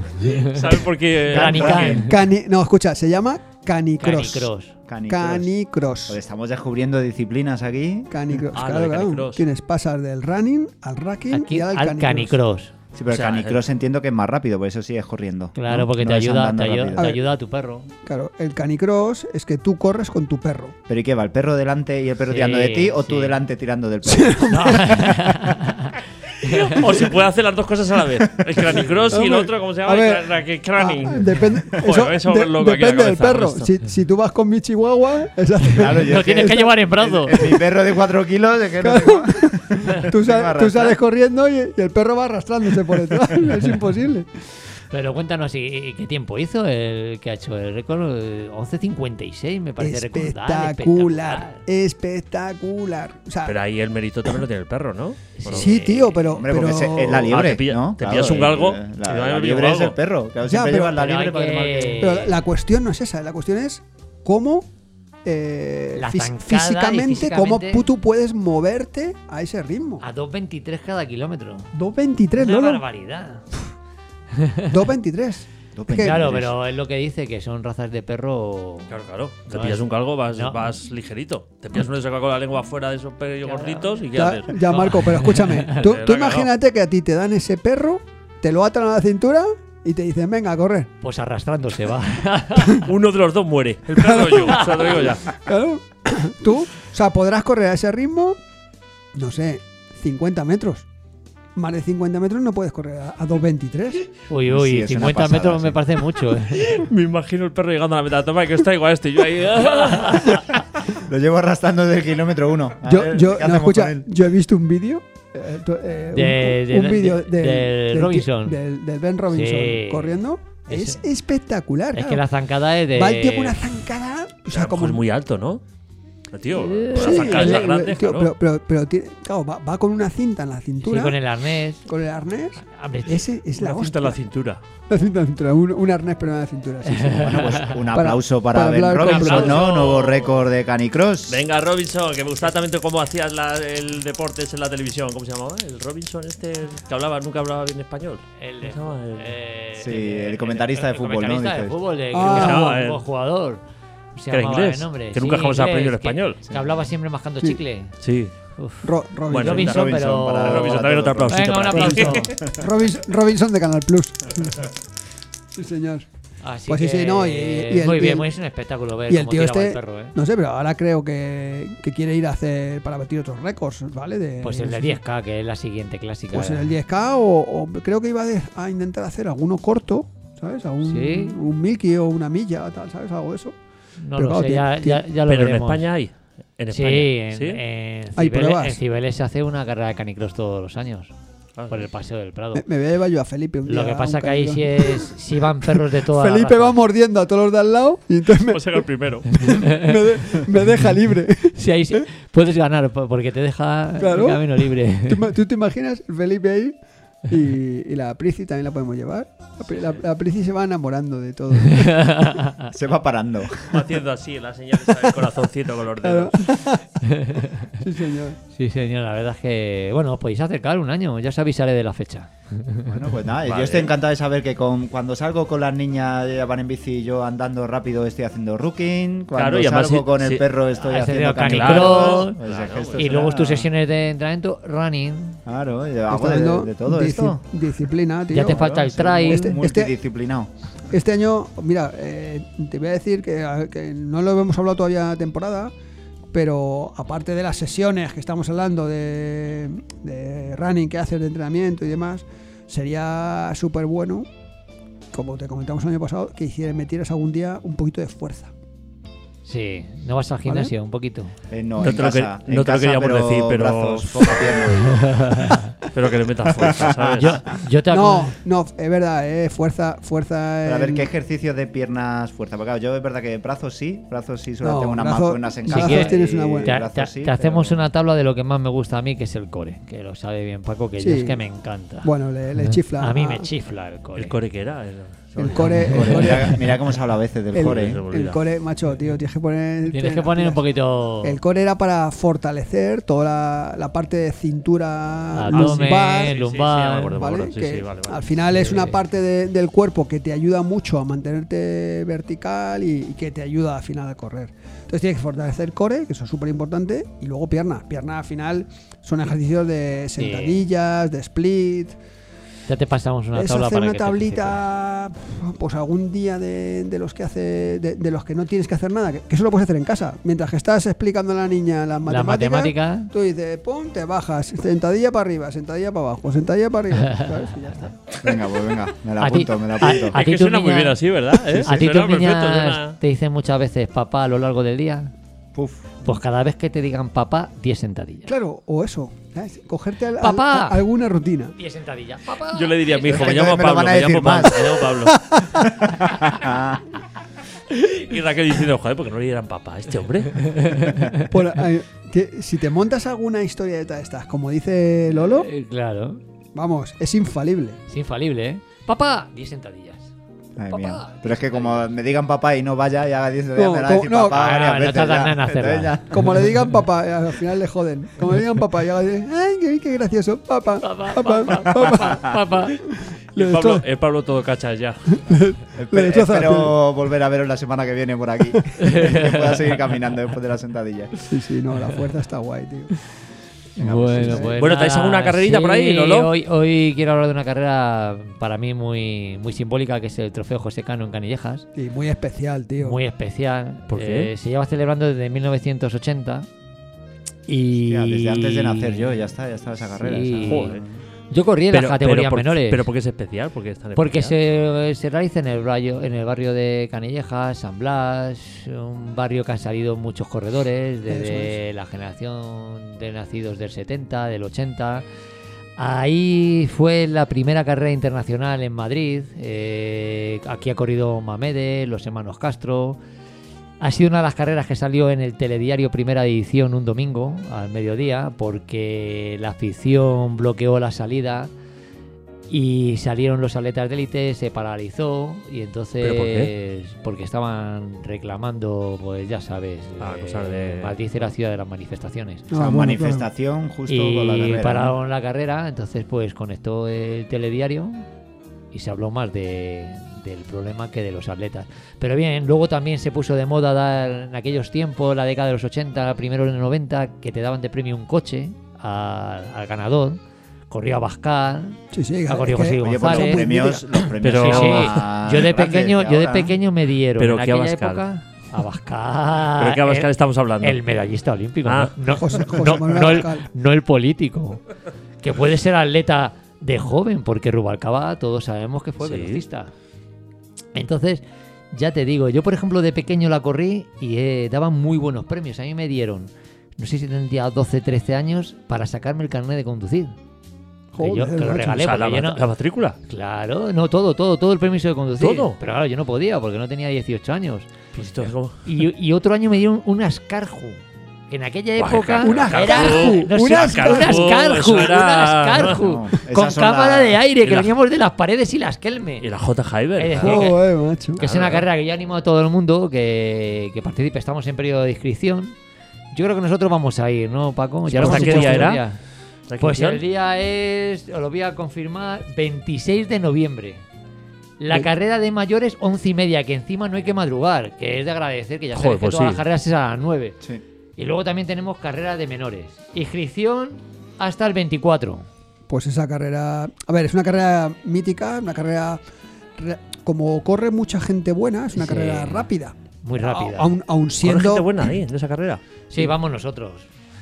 Speaker 4: ¿Sabes por qué? eh,
Speaker 1: Running
Speaker 4: racking?
Speaker 1: can.
Speaker 2: Cani- no, escucha, se llama Canicross.
Speaker 1: Canicross.
Speaker 3: Canicross.
Speaker 2: Canicross.
Speaker 3: Joder, estamos descubriendo disciplinas aquí.
Speaker 2: Canicross,
Speaker 4: Ah, lo
Speaker 2: claro,
Speaker 4: de
Speaker 2: claro.
Speaker 4: Canicross.
Speaker 2: Tienes pasar del running al racking
Speaker 1: Aquí
Speaker 2: y al,
Speaker 1: al
Speaker 2: canicross.
Speaker 1: canicross.
Speaker 3: Sí, pero
Speaker 4: O sea,
Speaker 3: el canicross entiendo que es más rápido, por eso sí es corriendo.
Speaker 1: Claro,
Speaker 3: ¿no?
Speaker 1: porque
Speaker 3: No
Speaker 1: te,
Speaker 3: es
Speaker 1: ayuda, te,
Speaker 3: andando
Speaker 1: ayuda,
Speaker 3: rápido.
Speaker 1: te
Speaker 2: ver.
Speaker 1: ayuda a tu perro.
Speaker 2: Claro, el canicross es que tú corres con tu perro.
Speaker 3: Pero ¿y qué va? ¿El perro delante y el perro
Speaker 1: Sí,
Speaker 3: tirando de ti o tú
Speaker 1: sí.
Speaker 3: delante tirando del perro?
Speaker 1: No.
Speaker 4: o si puede hacer las dos cosas a la vez. El cranicross y el
Speaker 2: Hombre,
Speaker 4: otro, ¿cómo se
Speaker 2: a
Speaker 4: llama?
Speaker 2: ver,
Speaker 4: El cra- cra- craning.
Speaker 2: Ah, depende eso
Speaker 4: eso
Speaker 2: de-
Speaker 4: es loco aquí la
Speaker 2: depende del
Speaker 4: cabeza,
Speaker 2: perro.
Speaker 4: esto.
Speaker 2: Si, si tú vas con mi chihuahua, exacto,
Speaker 3: Claro, yo
Speaker 1: Lo
Speaker 3: es que-
Speaker 1: tienes que llevar en brazos.
Speaker 3: es- es Mi perro de 4 kilos, es que no tengo-
Speaker 2: tú, sal-
Speaker 3: Me va a
Speaker 2: tú
Speaker 3: arrastrar.
Speaker 2: sales corriendo y, y el perro va arrastrándose por detrás. es imposible.
Speaker 1: Pero cuéntanos, ¿y, y qué tiempo hizo el que ha hecho el récord? Eh, 11.56 me parece recordar.
Speaker 2: espectacular, espectacular. O sea,
Speaker 4: Pero ahí el mérito también lo tiene el perro, ¿no? Bueno,
Speaker 2: sí, tío, pero.
Speaker 3: Hombre,
Speaker 2: pero
Speaker 3: porque ese- es la
Speaker 4: Ah,
Speaker 3: liebre,
Speaker 4: te pilla-
Speaker 3: ¿no?
Speaker 4: te pillas un galgo,
Speaker 3: eh,
Speaker 4: te
Speaker 3: La, la
Speaker 4: va a venir un
Speaker 3: liebre es
Speaker 4: galgo.
Speaker 3: el perro. Claro,
Speaker 2: Ya,
Speaker 3: siempre
Speaker 2: pero-
Speaker 3: llevas la
Speaker 1: pero
Speaker 3: liebre
Speaker 1: hay
Speaker 3: para que
Speaker 1: que-
Speaker 3: marque.
Speaker 2: Pero la cuestión no es esa, la cuestión es cómo eh,
Speaker 1: La
Speaker 2: fis-
Speaker 1: zancada y
Speaker 2: físicamente,
Speaker 1: físicamente-
Speaker 2: cómo pu- tú puedes moverte a ese ritmo.
Speaker 1: A 2.23 cada kilómetro.
Speaker 2: 2.23,
Speaker 1: Una
Speaker 2: Lolo.
Speaker 1: barbaridad.
Speaker 2: 2.23.
Speaker 3: Dos
Speaker 2: que-
Speaker 1: Claro,
Speaker 3: pendientes.
Speaker 1: pero es lo que dice, que son razas de perro...
Speaker 4: Claro, claro. Te
Speaker 1: No,
Speaker 4: pillas
Speaker 1: es-
Speaker 4: un galgo, vas,
Speaker 1: no.
Speaker 4: vas ligerito. Te pillas uno de saca con la lengua fuera de esos perros
Speaker 1: Claro.
Speaker 4: gorditos y ¿qué
Speaker 2: Ya,
Speaker 4: haces?
Speaker 2: ya, Marco, pero escúchame. Tú,
Speaker 4: Era
Speaker 2: tú
Speaker 4: que no.
Speaker 2: imagínate que a ti te dan ese perro, te lo atan a la cintura y te dicen, venga, a correr.
Speaker 1: Pues arrastrándose va.
Speaker 4: Uno de los dos muere. El perro o yo. Se lo digo ya.
Speaker 2: Claro. Tú, o sea, podrás correr a ese ritmo, no sé, 50 metros. Más de 50 metros no puedes correr a, a 2.23.
Speaker 1: Uy,
Speaker 3: Sí,
Speaker 1: uy,
Speaker 3: es una
Speaker 1: 50
Speaker 3: pasada,
Speaker 1: metros
Speaker 3: sí.
Speaker 1: me parece mucho. eh.
Speaker 4: Me imagino el perro llegando a la meta. Toma, que os traigo a este. Y yo ahí.
Speaker 3: Lo llevo arrastrando desde el kilómetro 1.
Speaker 2: Yo, yo, no, escucha, yo he visto un vídeo. eh, tú, eh, un-
Speaker 1: De-
Speaker 2: un
Speaker 1: de-
Speaker 2: un vídeo
Speaker 1: de-
Speaker 2: del,
Speaker 1: del
Speaker 2: tío-
Speaker 1: Robinson.
Speaker 2: Del, del Ben Robinson
Speaker 1: Sí.
Speaker 2: corriendo. Es
Speaker 1: Ese-
Speaker 2: espectacular.
Speaker 1: es que
Speaker 2: claro.
Speaker 1: la zancada es de...
Speaker 2: Va el tío con una zancada. O sea, como
Speaker 4: es pues muy alto, ¿no? Eh, Tío,
Speaker 1: Eh,
Speaker 4: para
Speaker 1: sí,
Speaker 4: sacar
Speaker 1: eh,
Speaker 4: esas
Speaker 2: eh,
Speaker 4: grandes,
Speaker 2: tío,
Speaker 4: claro.
Speaker 2: pero, pero, pero tiene- claro, va, va con una cinta en la cintura,
Speaker 1: Sí, con el arnés.
Speaker 2: con el arnés.
Speaker 1: Hombre,
Speaker 2: Ese es la
Speaker 4: Una cinta
Speaker 2: hostia.
Speaker 4: en la cintura.
Speaker 2: La cinta en la cintura, un, un arnés pero no en la cintura. sí, sí.
Speaker 3: Bueno, pues un
Speaker 2: Para-
Speaker 3: aplauso para,
Speaker 2: para
Speaker 3: Ben
Speaker 2: hablar con
Speaker 3: Robinson,
Speaker 4: Robinson.
Speaker 3: ¿no? Nuevo récord de Canicross.
Speaker 4: Venga, Robinson, que me gustaba también tú cómo hacías la- el deporte ese en la televisión. ¿Cómo se llamaba? El Robinson este que hablaba, nunca hablaba bien español.
Speaker 1: El,
Speaker 4: ¿Cómo se llama? El-
Speaker 1: eh,
Speaker 3: Sí, el comentarista de fútbol,
Speaker 1: El
Speaker 3: ¿no?
Speaker 1: comentarista de
Speaker 3: Dices.
Speaker 1: fútbol, de,
Speaker 2: Ah.
Speaker 1: que
Speaker 4: Ah,
Speaker 1: era un
Speaker 4: el-
Speaker 1: buen jugador. Se
Speaker 4: que era
Speaker 1: llamaba de
Speaker 4: inglés,
Speaker 1: nombre.
Speaker 4: que nunca jamás
Speaker 1: inglés,
Speaker 4: aprendió el
Speaker 1: que-
Speaker 4: español.
Speaker 1: Que, hablaba siempre mascando
Speaker 2: Sí.
Speaker 1: chicle.
Speaker 4: Sí.
Speaker 1: Uf.
Speaker 2: Ro- Robinson,
Speaker 4: Bueno,
Speaker 1: Robinson, pero-
Speaker 3: para-
Speaker 4: Robinson,
Speaker 3: para
Speaker 4: también otro
Speaker 3: todos.
Speaker 4: aplauso.
Speaker 1: Venga, un
Speaker 4: para
Speaker 1: aplauso.
Speaker 2: Robinson, Robinson de Canal Plus. sí, señor.
Speaker 1: Así
Speaker 2: Pues sí,
Speaker 1: que,
Speaker 2: sí, no, y- y el-
Speaker 1: muy
Speaker 2: y
Speaker 1: bien,
Speaker 2: el-
Speaker 1: muy- es un espectáculo ver
Speaker 2: Y el
Speaker 1: cómo
Speaker 2: tío
Speaker 1: tiraba
Speaker 2: este,
Speaker 1: el perro, ¿eh?
Speaker 2: no sé, pero ahora creo que, que quiere ir a hacer para batir otros récords, ¿vale? De-
Speaker 1: Pues el de 10K, que es la siguiente clásica.
Speaker 2: Pues en el 10K o, o creo que iba a, de- a intentar hacer alguno corto, ¿sabes? A un,
Speaker 1: Sí.
Speaker 2: un milky o una milla, tal, ¿sabes? Algo de eso.
Speaker 1: No
Speaker 2: Pero
Speaker 1: lo
Speaker 2: claro,
Speaker 1: sé,
Speaker 2: tiene-
Speaker 1: ya, ya, ya lo
Speaker 4: Pero en
Speaker 1: veremos.
Speaker 4: España hay. En
Speaker 1: Sí,
Speaker 4: España.
Speaker 1: en,
Speaker 4: ¿Sí?
Speaker 1: en
Speaker 2: Hay
Speaker 1: Cibeles-
Speaker 2: pruebas.
Speaker 1: en Cibeles se hace una carrera de canicross todos los años,
Speaker 4: Ah,
Speaker 1: por el Paseo del Prado.
Speaker 2: Me, me voy a llevar yo a Felipe un día.
Speaker 1: Lo que
Speaker 2: a
Speaker 1: pasa
Speaker 2: Eh, un
Speaker 1: que ahí
Speaker 2: cañón.
Speaker 1: sí, es, sí van perros de todas las
Speaker 2: Felipe va
Speaker 1: razas.
Speaker 2: mordiendo a todos los de al lado y entonces me,
Speaker 4: Pues era el primero.
Speaker 2: me de- me deja libre.
Speaker 1: Sí, ahí sí- puedes ganar po- porque te deja
Speaker 2: ¿Eh? Claro.
Speaker 1: el camino libre.
Speaker 2: ¿Tú, ima- tú te imaginas el Felipe ahí? Y, y la Prissy también la podemos llevar. La, Pri- la, la Prissy se va enamorando de todo.
Speaker 3: Se va parando.
Speaker 4: Haciendo así las señales del corazoncito con los dedos.
Speaker 2: Claro. Sí, señor.
Speaker 1: Sí, señor, la verdad es que, bueno, os podéis acercar un año, ya os avisaré de la fecha.
Speaker 3: Bueno, pues nada,
Speaker 4: Vale.
Speaker 3: yo estoy encantado de saber que con, cuando salgo con las niñas ellas van en bici y yo andando rápido estoy haciendo rooking. Cuando
Speaker 4: Claro, y además
Speaker 3: salgo
Speaker 4: si-
Speaker 3: con el
Speaker 4: si-
Speaker 3: perro estoy
Speaker 1: has
Speaker 3: haciendo
Speaker 1: tenido canicross,
Speaker 3: canicross. O sea,
Speaker 4: claro,
Speaker 3: que esto
Speaker 1: y
Speaker 3: es
Speaker 1: luego
Speaker 3: una-
Speaker 1: tus sesiones de entrenamiento, running,
Speaker 3: Claro, yo
Speaker 2: Está
Speaker 3: hago de,
Speaker 2: dando
Speaker 3: de todo
Speaker 2: disci-
Speaker 3: esto.
Speaker 2: Disciplina, tío.
Speaker 1: Ya te fa- Falta el trail.
Speaker 3: Este,
Speaker 2: Este-
Speaker 3: multidisciplinado.
Speaker 2: Este año, mira, eh, te voy a decir que, a- que no lo hemos hablado todavía temporada, pero aparte de las sesiones que estamos hablando de, de running que haces, de entrenamiento y demás, sería súper bueno, como te comentamos el año pasado, que hiciera- metieras algún día un poquito de fuerza.
Speaker 1: sí, no vas al gimnasio, un poquito.
Speaker 3: Eh, no,
Speaker 4: No
Speaker 3: en
Speaker 4: te lo que-
Speaker 3: casa,
Speaker 4: no
Speaker 3: en
Speaker 4: te lo
Speaker 3: casa,
Speaker 4: queríamos
Speaker 3: pero
Speaker 4: decir, pero-
Speaker 3: brazos, poca pierna.
Speaker 4: Pero que le metas fuerza, ¿sabes?
Speaker 1: Yo, yo te
Speaker 2: No,
Speaker 1: acu-
Speaker 2: no, es verdad, eh, fuerza, fuerza.
Speaker 3: Pero a ver
Speaker 2: en-
Speaker 3: qué ejercicios de piernas fuerza. Porque claro, yo es verdad que brazos sí, brazos sí, solo
Speaker 2: No,
Speaker 3: tengo unas
Speaker 2: brazo-
Speaker 3: más buenas en
Speaker 2: si
Speaker 3: casa.
Speaker 1: quieres-
Speaker 2: tienes una
Speaker 3: y
Speaker 2: buena.
Speaker 1: Te,
Speaker 3: brazos
Speaker 1: te-
Speaker 3: sí,
Speaker 1: te
Speaker 3: pero-
Speaker 1: hacemos una tabla de lo que más me gusta a mí, que es el core, que lo sabe bien Paco, que
Speaker 2: Sí.
Speaker 1: yo es que me encanta. ¿Eh?
Speaker 2: Bueno, le, le chifla. Ah.
Speaker 1: a mí
Speaker 2: a-
Speaker 1: me chifla el core.
Speaker 4: ¿El core que era? El-
Speaker 2: El core. El
Speaker 3: Joder,
Speaker 2: core,
Speaker 3: Mira, mira cómo se habla a veces del
Speaker 2: el-
Speaker 3: core. ¿eh?
Speaker 2: el core, macho, tío, tienes que poner.
Speaker 1: Tienes que poner un
Speaker 2: poquito
Speaker 1: poquito...
Speaker 2: El core era para fortalecer toda la, la parte de cintura
Speaker 1: Abdomen,
Speaker 2: lumbar,
Speaker 1: el-
Speaker 4: Ah, Sí, sí, sí,
Speaker 1: lumbar,
Speaker 4: ya me acuerdo, me
Speaker 2: ¿vale?
Speaker 4: acuerdo. Sí,
Speaker 2: Que
Speaker 4: sí, vale, vale.
Speaker 2: Al final es
Speaker 1: Sí.
Speaker 2: una parte de- del cuerpo que te ayuda mucho a mantenerte vertical y, y que te ayuda al final a correr. Entonces tienes que fortalecer core, que eso es súper importante, y luego piernas. Piernas al final son ejercicios de sentadillas, de split.
Speaker 1: Ya te pasamos una
Speaker 2: es
Speaker 1: tabla
Speaker 2: hacer
Speaker 1: para
Speaker 2: una
Speaker 1: que te
Speaker 2: tablita, pues algún día de, de los que hace, de, de los que no tienes que hacer nada, que, que eso lo puedes hacer en casa. Mientras que estás explicando a la niña las
Speaker 1: Las
Speaker 2: matemáticas,
Speaker 1: matemáticas.
Speaker 2: tú dices, pum, te bajas, sentadilla para arriba, sentadilla para abajo, sentadilla para arriba, ¿sabes? Y ya está.
Speaker 3: Venga, pues venga, me la
Speaker 1: A ti-
Speaker 3: apunto, me la apunto.
Speaker 1: a ti
Speaker 4: es que
Speaker 1: tus
Speaker 4: suena muy
Speaker 1: niñas-
Speaker 4: bien así, ¿verdad? ¿Eh?
Speaker 1: A ti tus
Speaker 4: Suena perfecto,
Speaker 1: niñas
Speaker 4: suena-
Speaker 1: te dicen muchas veces papá a lo largo del día.
Speaker 3: Puf.
Speaker 1: Pues cada vez que te digan papá, 10 sentadillas.
Speaker 2: Claro, o eso, ¿sabes? cogerte al- al-
Speaker 1: Papá.
Speaker 2: a- alguna rutina.
Speaker 1: 10 sentadillas. Papá.
Speaker 4: Yo le diría a mi
Speaker 3: Es
Speaker 4: hijo,
Speaker 3: que
Speaker 4: me llamo
Speaker 3: entonces me lo
Speaker 4: Pablo,
Speaker 3: van a
Speaker 4: me llamo
Speaker 3: decir
Speaker 4: Pablo,
Speaker 3: más.
Speaker 4: me llamo Pablo. Y Raquel diciendo, joder, porque no le dieran papá a este hombre.
Speaker 2: Por- eh, que si te montas alguna historia de todas estas, como dice Lolo,
Speaker 1: Eh, Claro.
Speaker 2: vamos, es infalible.
Speaker 1: Es infalible, ¿eh? Papá, 10 sentadillas.
Speaker 3: Madre
Speaker 1: Papá.
Speaker 3: mía. Pero es que como me digan papá y no vaya y haga 10 de
Speaker 2: No,
Speaker 3: me la va a decir
Speaker 2: no,
Speaker 3: papá
Speaker 1: no,
Speaker 3: varias
Speaker 1: no
Speaker 3: veces.
Speaker 1: tardas
Speaker 3: ya.
Speaker 1: nada en hacerla.
Speaker 3: Entonces ya-
Speaker 2: Como le digan papá, eh, al final le joden. Como le digan papá, y ahora dicen, ay, qué, qué gracioso, papá, papá, papá,
Speaker 1: Papá.
Speaker 4: Y
Speaker 2: Le
Speaker 4: Pablo,
Speaker 2: destroza-
Speaker 4: eh, Pablo todo cacha ya.
Speaker 2: Le
Speaker 3: Espe-
Speaker 2: destroza la
Speaker 3: espero volver a veros la semana que viene por aquí. que pueda seguir caminando después de la sentadilla.
Speaker 2: Sí, sí, no, la fuerza está guay, tío.
Speaker 1: Bueno,
Speaker 2: sí.
Speaker 1: pues
Speaker 4: Bueno, ¿traes
Speaker 1: nada,
Speaker 4: alguna carrerita por ahí,
Speaker 1: sí,
Speaker 4: Lolo?
Speaker 1: Hoy, hoy quiero hablar de una carrera para mí muy, muy simbólica, que es el Trofeo José Cano en Canillejas.
Speaker 2: Y muy especial, tío.
Speaker 1: Muy especial.
Speaker 4: ¿Por qué?
Speaker 1: Eh, se lleva celebrando desde 1980. Y...
Speaker 3: Ya, desde antes de nacer yo, ya está, ya estaba esa carrera.
Speaker 1: Sí. Ah,
Speaker 3: esa.
Speaker 4: Joder.
Speaker 1: Yo corrí en las categorías
Speaker 4: por,
Speaker 1: menores.
Speaker 4: Pero porque es especial, porque es tan
Speaker 1: Porque se,
Speaker 4: especial.
Speaker 1: se realiza en el barrio, en el barrio de Canillejas, San Blas, un barrio que han salido muchos corredores desde la generación de nacidos del 70, del 80. Ahí fue la primera carrera internacional en Madrid. eh, aquí ha corrido Mamede, los hermanos Castro. Ha sido una de las carreras que salió en el telediario primera edición un domingo al mediodía porque la afición bloqueó la salida y salieron los atletas de élite, se paralizó y entonces
Speaker 4: ¿Pero por
Speaker 1: porque estaban reclamando, pues ya sabes,
Speaker 4: Ah, cosas de-
Speaker 1: Madrid era ciudad de las manifestaciones.
Speaker 3: O sea,
Speaker 2: Ah, bueno,
Speaker 3: manifestación justo con la
Speaker 1: y
Speaker 3: carrera. ¿no?
Speaker 1: pararon la carrera, entonces pues conectó el telediario y se habló más de- del problema que de los atletas. Pero bien, luego también se puso de moda dar en aquellos tiempos, la década de los 80, primero de los 90, que te daban de premio un coche al, al ganador. Corrió a Bascar,
Speaker 2: claro. Sí, sí,
Speaker 1: Ha
Speaker 2: es
Speaker 1: corrido
Speaker 2: que-
Speaker 1: José
Speaker 3: Oye, pues los
Speaker 1: González.
Speaker 3: premios, los premios
Speaker 4: Pero-
Speaker 1: Sí,
Speaker 3: son
Speaker 1: sí.
Speaker 3: más
Speaker 1: Yo de
Speaker 3: grandes
Speaker 1: pequeño, yo de
Speaker 3: ahora.
Speaker 1: pequeño me dieron
Speaker 4: Pero
Speaker 1: en
Speaker 4: ¿qué
Speaker 1: aquella
Speaker 4: Abascal?
Speaker 1: época Abascal.
Speaker 4: ¿Pero qué Abascal
Speaker 1: el-
Speaker 4: estamos hablando?
Speaker 1: El medallista olímpico,
Speaker 4: Ah.
Speaker 1: no, no-
Speaker 2: José- José
Speaker 1: no-
Speaker 2: Manuel
Speaker 1: no el,
Speaker 2: Abascal.
Speaker 1: no el político, que puede ser atleta de joven, porque Rubalcaba todos sabemos que fue
Speaker 4: Sí.
Speaker 1: velocista. Entonces, ya te digo, yo por ejemplo de pequeño la corrí y eh, daban muy buenos premios. A mí me dieron, no sé si tendría 12, 13 años, para sacarme el carnet de conducir. Que yo-
Speaker 2: Joder,
Speaker 1: que lo
Speaker 2: macho.
Speaker 1: regalé,
Speaker 4: O sea, la,
Speaker 1: porque yo no-
Speaker 4: la matrícula.
Speaker 1: Claro, no todo, todo, todo el permiso de conducir.
Speaker 4: ¿Todo?
Speaker 1: Pero claro, yo no podía porque no tenía 18 años.
Speaker 4: Pues esto es como-
Speaker 1: Y, y otro año me dieron un ascarju. Que en aquella
Speaker 4: Buah,
Speaker 1: época.
Speaker 4: Ascarju,
Speaker 1: era-
Speaker 4: Ascarju,
Speaker 1: no sé,
Speaker 4: un Ascarju,
Speaker 1: un ascarju,
Speaker 4: eso
Speaker 1: un
Speaker 4: era-
Speaker 1: ascarju,
Speaker 3: No, esas
Speaker 1: Con
Speaker 3: son las-
Speaker 1: cámara de aire
Speaker 4: y
Speaker 1: que
Speaker 4: la-
Speaker 1: veníamos de las paredes y las kelme.
Speaker 4: Y la J.
Speaker 1: Es
Speaker 4: Hyber.
Speaker 1: decir,
Speaker 4: claro.
Speaker 2: Joder, macho.
Speaker 1: Que es una carrera que yo animo a todo el mundo que, que participe. Estamos en periodo de inscripción. Yo creo que nosotros vamos a ir, ¿no, Paco? lo
Speaker 4: ¿Hasta
Speaker 1: hemos
Speaker 4: qué
Speaker 1: dicho
Speaker 4: día
Speaker 1: otro
Speaker 4: era?
Speaker 1: pues el día es, os lo voy a confirmar, 26 de noviembre. La
Speaker 4: Eh.
Speaker 2: Ve-
Speaker 1: carrera de mayores 11 y media, que encima no hay que madrugar, que es de agradecer, que ya sabes
Speaker 4: Joder,
Speaker 1: que
Speaker 4: pues
Speaker 1: todas
Speaker 4: sí.
Speaker 1: las carreras es a las 9.
Speaker 3: Sí.
Speaker 1: Y luego también tenemos carrera de menores. Inscripción hasta el 24.
Speaker 2: Pues esa carrera. A ver, es una carrera mítica, una carrera. re- Como corre mucha gente buena, es una
Speaker 1: Sí.
Speaker 2: carrera rápida.
Speaker 1: Muy rápida.
Speaker 2: A- Ah, Aún, aún
Speaker 4: Corre gente
Speaker 2: siendo.
Speaker 4: buena ahí, en esa carrera.
Speaker 1: Sí, vamos nosotros.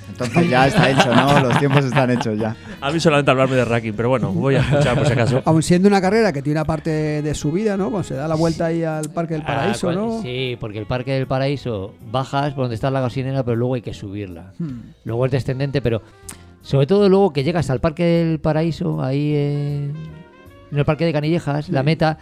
Speaker 3: Entonces ya está hecho, ¿no? Los tiempos están hechos ya.
Speaker 4: A mí solamente hablarme de racking, pero bueno, voy a escuchar por si acaso.
Speaker 2: Aún siendo una carrera que tiene una parte de subida, ¿no? Pues se da la vuelta ahí al Parque del
Speaker 1: Ah,
Speaker 2: Paraíso,
Speaker 1: cual-
Speaker 2: ¿no?
Speaker 1: Sí, porque el Parque del Paraíso bajas por donde está la gasolinera, pero luego hay que subirla.
Speaker 2: Hmm.
Speaker 1: Luego es descendente, pero sobre todo luego que llegas al Parque del Paraíso, ahí en, en el Parque de Canillejas, la meta,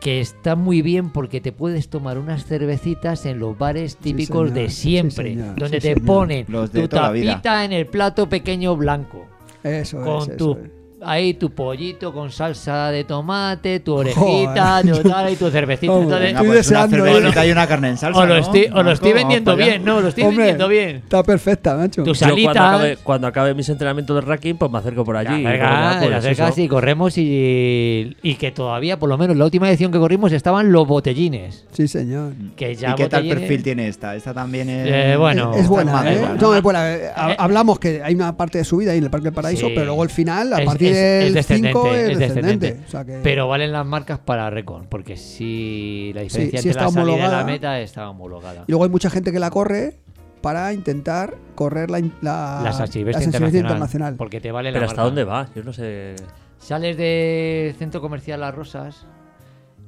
Speaker 1: que está muy bien porque te puedes tomar unas cervecitas en los bares típicos
Speaker 2: señor,
Speaker 1: de
Speaker 2: sí,
Speaker 1: siempre,
Speaker 2: señor,
Speaker 1: donde
Speaker 2: sí,
Speaker 1: te
Speaker 2: señor.
Speaker 1: ponen
Speaker 3: Los de
Speaker 1: tu
Speaker 3: toda la vida.
Speaker 1: tapita en el plato pequeño blanco.
Speaker 2: Eso es.
Speaker 1: Con
Speaker 2: eso
Speaker 1: tu,
Speaker 2: es.
Speaker 1: ahí tu pollito con salsa de tomate, tu orejita,
Speaker 2: Joder.
Speaker 1: tu tal, y tu cervecita.
Speaker 2: Vamos.
Speaker 1: Entonces,
Speaker 3: Venga,
Speaker 2: Estoy
Speaker 3: pues una
Speaker 2: deseando, ¿eh?
Speaker 3: cervecita y una carne en salsa,
Speaker 1: os lo
Speaker 3: ¿no?
Speaker 1: estoy, os lo estoy
Speaker 3: Marco,
Speaker 1: vendiendo
Speaker 3: vamos para allá.
Speaker 1: bien, no, os lo estoy
Speaker 2: Hombre,
Speaker 1: vendiendo bien.
Speaker 2: Está perfecta, macho.
Speaker 1: Tus
Speaker 4: Yo cuando
Speaker 1: alitas.
Speaker 4: acabe, cuando acabe mis entrenamientos de racking, pues me acerco por allí. y
Speaker 1: Te
Speaker 4: bueno,
Speaker 1: acercas,
Speaker 4: pues
Speaker 1: te acercas
Speaker 4: eso.
Speaker 1: y corremos y, y que todavía, por lo menos la última edición que corrimos estaban los botellines.
Speaker 2: Sí, señor.
Speaker 1: Que ya
Speaker 3: ¿Y qué tal
Speaker 1: botellines-
Speaker 3: perfil tiene esta? Esta también es.
Speaker 1: Eh, bueno.
Speaker 2: es
Speaker 3: Esta
Speaker 2: buena,
Speaker 3: más
Speaker 2: ¿eh?
Speaker 3: dura, ¿no?
Speaker 2: No, es buena. Eh, ha-
Speaker 1: Eh.
Speaker 2: Hablamos que hay una parte de subida ahí en el Parque del Paraíso,
Speaker 1: Sí.
Speaker 2: pero luego al final, a
Speaker 1: Es-
Speaker 2: partir
Speaker 1: es es
Speaker 2: el 5
Speaker 1: descendente,
Speaker 2: es
Speaker 1: es
Speaker 2: descendente.
Speaker 1: descendente.
Speaker 2: O sea que-
Speaker 1: Pero valen las marcas para récord, porque si la diferencia
Speaker 2: sí
Speaker 1: entre
Speaker 2: está
Speaker 1: la salida y
Speaker 2: homologada.
Speaker 1: la meta está homologada.
Speaker 2: Y luego hay mucha gente que la corre para intentar correr la, in- la,
Speaker 1: la San Silvestre
Speaker 2: la San
Speaker 1: internacional,
Speaker 2: Silvestre
Speaker 1: Porque te vale la
Speaker 4: Pero ¿hasta
Speaker 1: marca.
Speaker 4: dónde vas? Yo no sé.
Speaker 1: Sales del centro comercial Las Rosas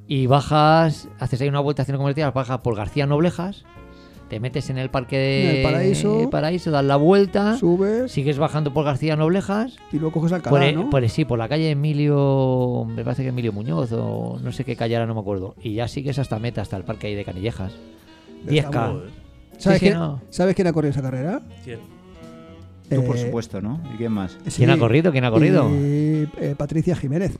Speaker 1: y bajas, haces ahí una vuelta al centro comercial, bajas por García Noblejas, te metes en el parque de
Speaker 2: En el Paraíso.
Speaker 1: paraíso, das la vuelta,
Speaker 2: Subes
Speaker 1: sigues bajando por García Noblejas,
Speaker 2: y luego coges al
Speaker 1: Ah. por,
Speaker 2: canal,
Speaker 1: el-
Speaker 2: ¿no?
Speaker 1: por el- sí, por la calle Emilio, me parece que Emilio Muñoz o no sé qué calle ahora, no me acuerdo, y ya sigues hasta meta, hasta el parque ahí de Canillejas. 10K.
Speaker 4: Joder.
Speaker 2: ¿Sabes,
Speaker 1: e- sí,
Speaker 2: quién,
Speaker 1: no.
Speaker 2: ¿Sabes quién ha corrido esa carrera?
Speaker 4: ¿Quién?
Speaker 3: Tú, por
Speaker 2: Eh,
Speaker 3: supuesto, ¿no? ¿Y quién más?
Speaker 2: sí,
Speaker 1: ¿Quién ha corrido? ¿Quién ha corrido?
Speaker 2: y, eh, Patricia Jiménez.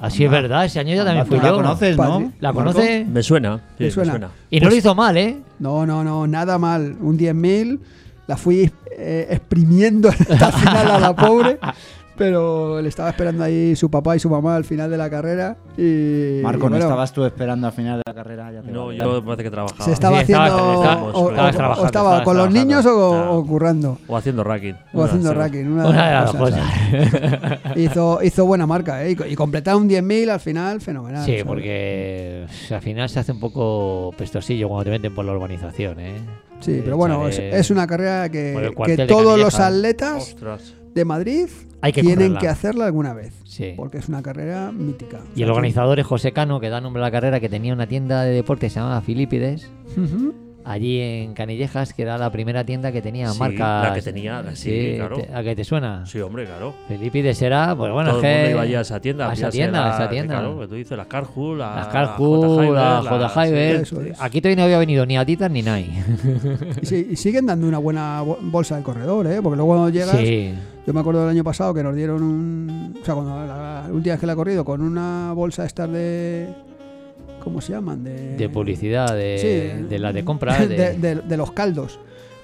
Speaker 1: Así es verdad, ese año ya también
Speaker 3: Tú
Speaker 1: fui
Speaker 3: la
Speaker 1: yo.
Speaker 3: conoces,
Speaker 2: Padre.
Speaker 3: ¿no?
Speaker 1: ¿La
Speaker 2: Marco?
Speaker 1: conoce?
Speaker 4: Me suena. sí,
Speaker 2: Me suena.
Speaker 1: Y
Speaker 2: Pues
Speaker 1: no lo hizo mal, ¿eh?
Speaker 2: No, no, no, nada mal. Un 10.000. La fui eh, exprimiendo hasta el final a la pobre. Pero le estaba esperando ahí su papá y su mamá al final de la carrera. Y,
Speaker 3: Marco,
Speaker 2: y
Speaker 3: ¿no
Speaker 2: bueno,
Speaker 3: estabas tú esperando al final de la carrera? Ya te
Speaker 4: No,
Speaker 3: vale.
Speaker 4: yo parece que trabajaba.
Speaker 2: Se estaba
Speaker 1: Sí, estabas-
Speaker 2: haciendo.
Speaker 1: estabas-
Speaker 2: o- o-
Speaker 1: estabas
Speaker 2: o
Speaker 1: trabajando,
Speaker 2: estaba
Speaker 1: estabas
Speaker 2: con los
Speaker 1: trabajando.
Speaker 2: niños o,
Speaker 4: Ah.
Speaker 2: o currando.
Speaker 4: O haciendo racking.
Speaker 2: O haciendo
Speaker 4: Una de
Speaker 2: racking. Una,
Speaker 1: Una de las pues.
Speaker 2: cosas.
Speaker 1: cosas.
Speaker 2: Hizo, hizo buena marca, ¿eh? Y co- Y completar un 10.000 al final, fenomenal.
Speaker 1: Sí,
Speaker 2: ¿sabes?
Speaker 1: porque pff, al final se hace un poco pestosillo cuando te meten por la urbanización, ¿eh?
Speaker 2: Sí,
Speaker 1: Eh,
Speaker 2: pero bueno, es,
Speaker 1: sale-
Speaker 2: es una carrera
Speaker 1: por
Speaker 2: que,
Speaker 1: el
Speaker 2: que
Speaker 1: cuartel de
Speaker 2: todos
Speaker 1: Canilleja.
Speaker 2: los
Speaker 4: esas.
Speaker 2: atletas
Speaker 4: Ostras.
Speaker 2: de Madrid
Speaker 1: Hay que
Speaker 2: tienen
Speaker 1: correrla.
Speaker 2: que hacerla alguna vez.
Speaker 1: Sí.
Speaker 2: Porque es una carrera mítica.
Speaker 1: Y el organizador es José Cano, que da nombre a la carrera, que tenía una tienda de deporte que se llamaba Filipides,
Speaker 2: Ujú.
Speaker 1: allí en Canillejas, que era la primera tienda que tenía
Speaker 4: Sí,
Speaker 1: marcas.
Speaker 4: la que tenía, la- sí, claro.
Speaker 1: te- ¿A qué te suena?
Speaker 4: Sí, hombre, claro.
Speaker 1: Filipides era, pues bueno,
Speaker 4: Todo
Speaker 1: es
Speaker 4: el mundo
Speaker 1: que-
Speaker 4: iba allí a esa tienda.
Speaker 1: A esa
Speaker 4: pillarse
Speaker 1: tienda, a
Speaker 4: la-
Speaker 1: esa tienda.
Speaker 4: Claro, que tú dices, las Carhu, la-
Speaker 1: Las Carhu, la J.
Speaker 4: sí.
Speaker 1: Hyber.
Speaker 2: eso es.
Speaker 1: Aquí todavía no había venido ni a Titan ni Nike.
Speaker 2: Y, sí- y siguen dando una buena bo- bolsa del corredor, ¿eh? Porque luego cuando llegas.
Speaker 1: Sí.
Speaker 2: Yo me acuerdo del año pasado que nos dieron un. O sea, cuando la, la última vez que la he corrido, con una bolsa esta de. ¿Cómo se llaman? De,
Speaker 1: De publicidad, de,
Speaker 2: Eh, Sí,
Speaker 1: de las de compras.
Speaker 2: de,
Speaker 1: De,
Speaker 2: de- de los caldos.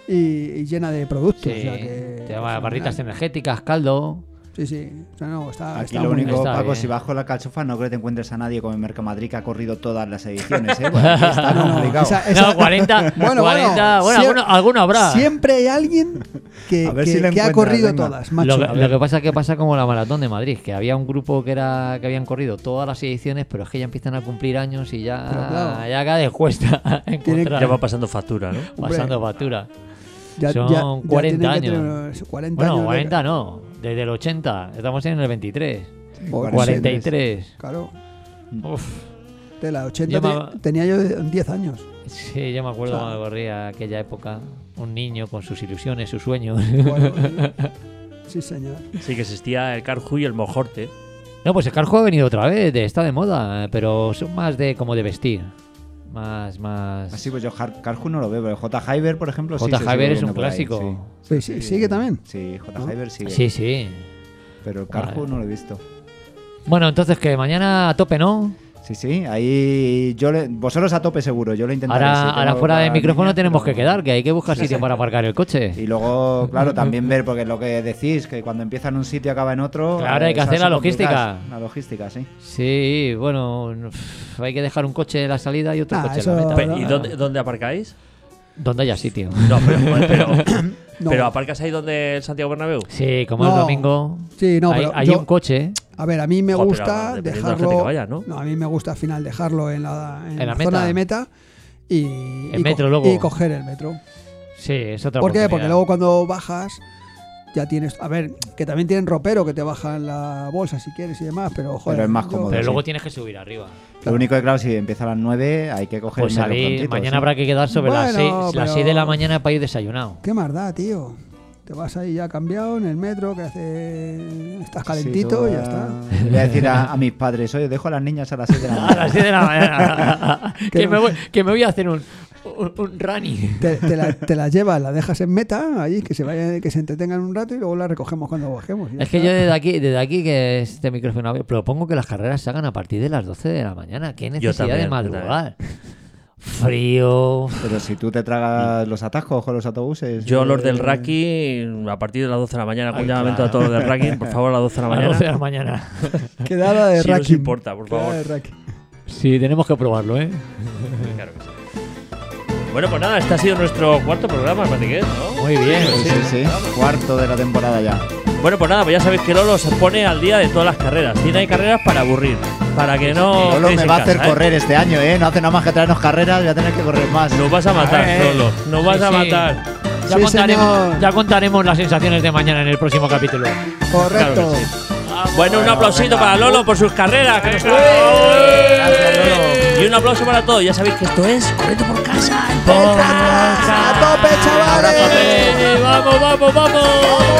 Speaker 2: Y, y llena de productos.
Speaker 1: sí.
Speaker 2: o sea que-
Speaker 1: Te llama barritas
Speaker 2: fenomenal.
Speaker 1: energéticas, caldo.
Speaker 2: Sí, sí. O sea, no, está,
Speaker 3: Aquí
Speaker 2: está
Speaker 3: lo
Speaker 2: muy
Speaker 3: único,
Speaker 1: Está
Speaker 3: Paco,
Speaker 1: bien.
Speaker 3: si bajo la calchofa no creo que te encuentres a nadie como en Mercamadrid que ha corrido todas las ediciones, ¿eh? Bueno, aquí está
Speaker 2: No, no,
Speaker 3: complicado.
Speaker 2: esa- esa-
Speaker 1: No, 40.
Speaker 2: Bueno,
Speaker 1: 40,
Speaker 2: bueno,
Speaker 1: bueno,
Speaker 2: sie-
Speaker 1: alguno, alguno habrá.
Speaker 2: Siempre hay alguien que,
Speaker 3: A ver
Speaker 2: que-
Speaker 3: si la
Speaker 2: que ha
Speaker 3: encuentras,
Speaker 2: corrido
Speaker 3: venga.
Speaker 2: todas,
Speaker 1: Lo
Speaker 2: macho.
Speaker 1: que, lo que pasa es que pasa como la maratón de Madrid, que había un grupo que era que habían corrido todas las ediciones, pero es que ya empiezan a cumplir años y ya,
Speaker 2: Pero claro.
Speaker 1: ya cada vez cuesta encontrar
Speaker 4: Ya va pasando factura, ¿no?
Speaker 1: pasando factura.
Speaker 2: Ya-
Speaker 1: son
Speaker 2: ya- ya
Speaker 1: 40
Speaker 2: tienen que
Speaker 1: años.
Speaker 2: tener unos 40
Speaker 1: Bueno,
Speaker 2: años,
Speaker 1: 40 no, desde el 80, estamos en el 23,
Speaker 2: Pobre
Speaker 1: 43.
Speaker 2: Claro,
Speaker 1: Uf,
Speaker 2: de la 80
Speaker 1: Yo
Speaker 2: te-
Speaker 1: me-
Speaker 2: tenía yo 10 años.
Speaker 1: sí, yo me acuerdo
Speaker 2: Claro.
Speaker 1: cuando corría aquella época, un niño con sus ilusiones, sus sueños.
Speaker 2: Bueno, sí, señor.
Speaker 4: Sí, que existía el Carhu y el Mojorte.
Speaker 1: No, pues el carjo ha venido otra vez, de- está de moda, eh, pero son más de como de vestir. Más, más.
Speaker 3: Así pues yo Har- Carhu no lo veo, pero J. Hyber, por ejemplo, sí.
Speaker 1: J.
Speaker 3: se
Speaker 1: Hyber
Speaker 3: sigue
Speaker 1: es un
Speaker 3: viendo por ahí,
Speaker 1: clásico.
Speaker 2: Sí, sí, sigue también.
Speaker 3: Sí, J.
Speaker 2: ¿No?
Speaker 3: Hyber sigue.
Speaker 1: Sí, sí.
Speaker 3: Pero el Carhu
Speaker 1: Vale.
Speaker 3: no lo he visto.
Speaker 1: Bueno, entonces que mañana a tope, ¿no?
Speaker 3: Sí, sí, ahí yo le- vosotros a tope seguro, yo lo intentaré.
Speaker 1: Ahora,
Speaker 3: sí, tengo
Speaker 1: ahora fuera
Speaker 3: la
Speaker 1: del micrófono
Speaker 3: línea,
Speaker 1: tenemos que
Speaker 3: pero-
Speaker 1: quedar, que hay que buscar sitio para aparcar el coche.
Speaker 3: Y luego, claro, también ver, porque lo que decís, que cuando empieza en un sitio acaba en otro.
Speaker 1: Claro, hay que
Speaker 3: esas
Speaker 1: hacer la
Speaker 3: son
Speaker 1: logística.
Speaker 3: complicadas. La logística, sí.
Speaker 1: Sí, bueno, pff, hay que dejar un coche en la salida y otro
Speaker 2: Ah,
Speaker 1: coche
Speaker 2: eso-
Speaker 1: en la meta.
Speaker 2: Pero-
Speaker 4: ¿Y dónde, dónde aparcáis?
Speaker 1: Donde haya sitio.
Speaker 4: No, pero, pero,
Speaker 2: No.
Speaker 4: pero aparcas ahí donde el Santiago Bernabéu.
Speaker 1: Sí, como
Speaker 2: No.
Speaker 1: el domingo.
Speaker 2: Sí, no,
Speaker 1: hay
Speaker 2: pero
Speaker 1: hay
Speaker 2: yo-
Speaker 1: un coche
Speaker 2: A ver, a mí me
Speaker 4: Joder, pero
Speaker 2: gusta
Speaker 4: dependiendo de la
Speaker 2: dejarlo.
Speaker 4: gente que vaya, ¿no?
Speaker 2: a mí me gusta al final dejarlo en la, en
Speaker 1: En la
Speaker 2: la zona
Speaker 1: meta.
Speaker 2: de meta y, y co-
Speaker 1: metro, luego.
Speaker 2: y coger el metro.
Speaker 1: Sí, es otra
Speaker 2: ¿Por qué?
Speaker 1: oportunidad.
Speaker 2: Porque luego cuando bajas ya tienes, a ver, que también tienen ropero que te bajan la bolsa si quieres y demás, pero joder,
Speaker 3: Pero es más
Speaker 2: yo-
Speaker 3: cómodo.
Speaker 1: Pero luego
Speaker 3: sí.
Speaker 1: tienes que subir arriba.
Speaker 3: Lo único que, claro, si empieza a las 9, hay que coger
Speaker 1: Pues
Speaker 3: el metro
Speaker 1: salir,
Speaker 3: prontito,
Speaker 1: mañana
Speaker 3: sí.
Speaker 1: habrá que quedar sobre las
Speaker 2: Bueno,
Speaker 1: 6
Speaker 2: pero-
Speaker 1: de la mañana para ir desayunado.
Speaker 2: Qué más da, tío. Te vas ahí ya cambiado en el metro que hace estás
Speaker 3: Sí,
Speaker 2: calentito
Speaker 3: tú
Speaker 2: y ya
Speaker 3: a-
Speaker 2: está.
Speaker 3: Le voy a decir a, a mis padres, oye, dejo a las niñas a las 6 de la
Speaker 1: A las
Speaker 3: mañana.
Speaker 1: 6 de la mañana. que,
Speaker 2: no-
Speaker 1: me voy, que me voy a hacer un, un, un running.
Speaker 2: Te, te la, te la llevas, la dejas en meta, ahí que se vayan, que se entretengan un rato y luego la recogemos cuando bajemos. y ya
Speaker 1: Es que
Speaker 2: está.
Speaker 1: yo desde aquí, desde aquí que este micrófono abre, propongo que las carreras se hagan a partir de las 12 de la mañana. Qué necesidad
Speaker 4: también,
Speaker 1: de
Speaker 4: yo
Speaker 1: madrugar. Frío.
Speaker 3: Pero si tú te tragas los atascos con los autobuses.
Speaker 4: Yo
Speaker 3: eh,
Speaker 4: los del racking, a partir de las 12 de la mañana, con llamamiento a todos los del racking, por favor, a las 12 de la
Speaker 1: A las 12 de
Speaker 4: mañana.
Speaker 1: la mañana.
Speaker 2: Quedada de
Speaker 4: Si
Speaker 2: racking.
Speaker 4: os importa, por
Speaker 2: Quedada
Speaker 4: favor.
Speaker 2: de racking.
Speaker 1: Sí, tenemos que probarlo, ¿eh?
Speaker 4: Claro que sí. Bueno, pues nada, este ha sido nuestro cuarto programa, Matiquet, ¿no?
Speaker 1: Muy bien.
Speaker 3: Sí, sí, sí. Cuarto de la temporada ya.
Speaker 4: Bueno, pues nada, pues ya sabéis que Lolo se pone al día de todas las carreras. Tiene ahí carreras para aburrir, para que no.
Speaker 3: Lolo
Speaker 4: quedéis
Speaker 3: me
Speaker 4: en
Speaker 3: va a hacer
Speaker 4: casa, ¿eh?
Speaker 3: correr este año, ¿eh? No hace nada más que traernos carreras, voy a tener que correr más.
Speaker 4: Nos vas a matar,
Speaker 3: Eh,
Speaker 4: Lolo. Nos vas
Speaker 1: Sí,
Speaker 4: a
Speaker 1: sí.
Speaker 4: matar.
Speaker 1: Ya,
Speaker 2: Sí,
Speaker 1: contaremos,
Speaker 2: señor.
Speaker 1: ya contaremos las sensaciones de mañana en el próximo capítulo.
Speaker 2: Correcto.
Speaker 4: Claro que sí. Bueno, un aplausito
Speaker 3: Ah, venga. Eh.
Speaker 4: para Lolo por sus carreras. que nos trae.
Speaker 3: Gracias,
Speaker 4: Y un aplauso para todos. Ya sabéis que esto es Corriendo por Casa. el
Speaker 2: ¡A
Speaker 4: podcast.
Speaker 2: tope, chavales!
Speaker 4: ¡Vamos, vamos, vamos!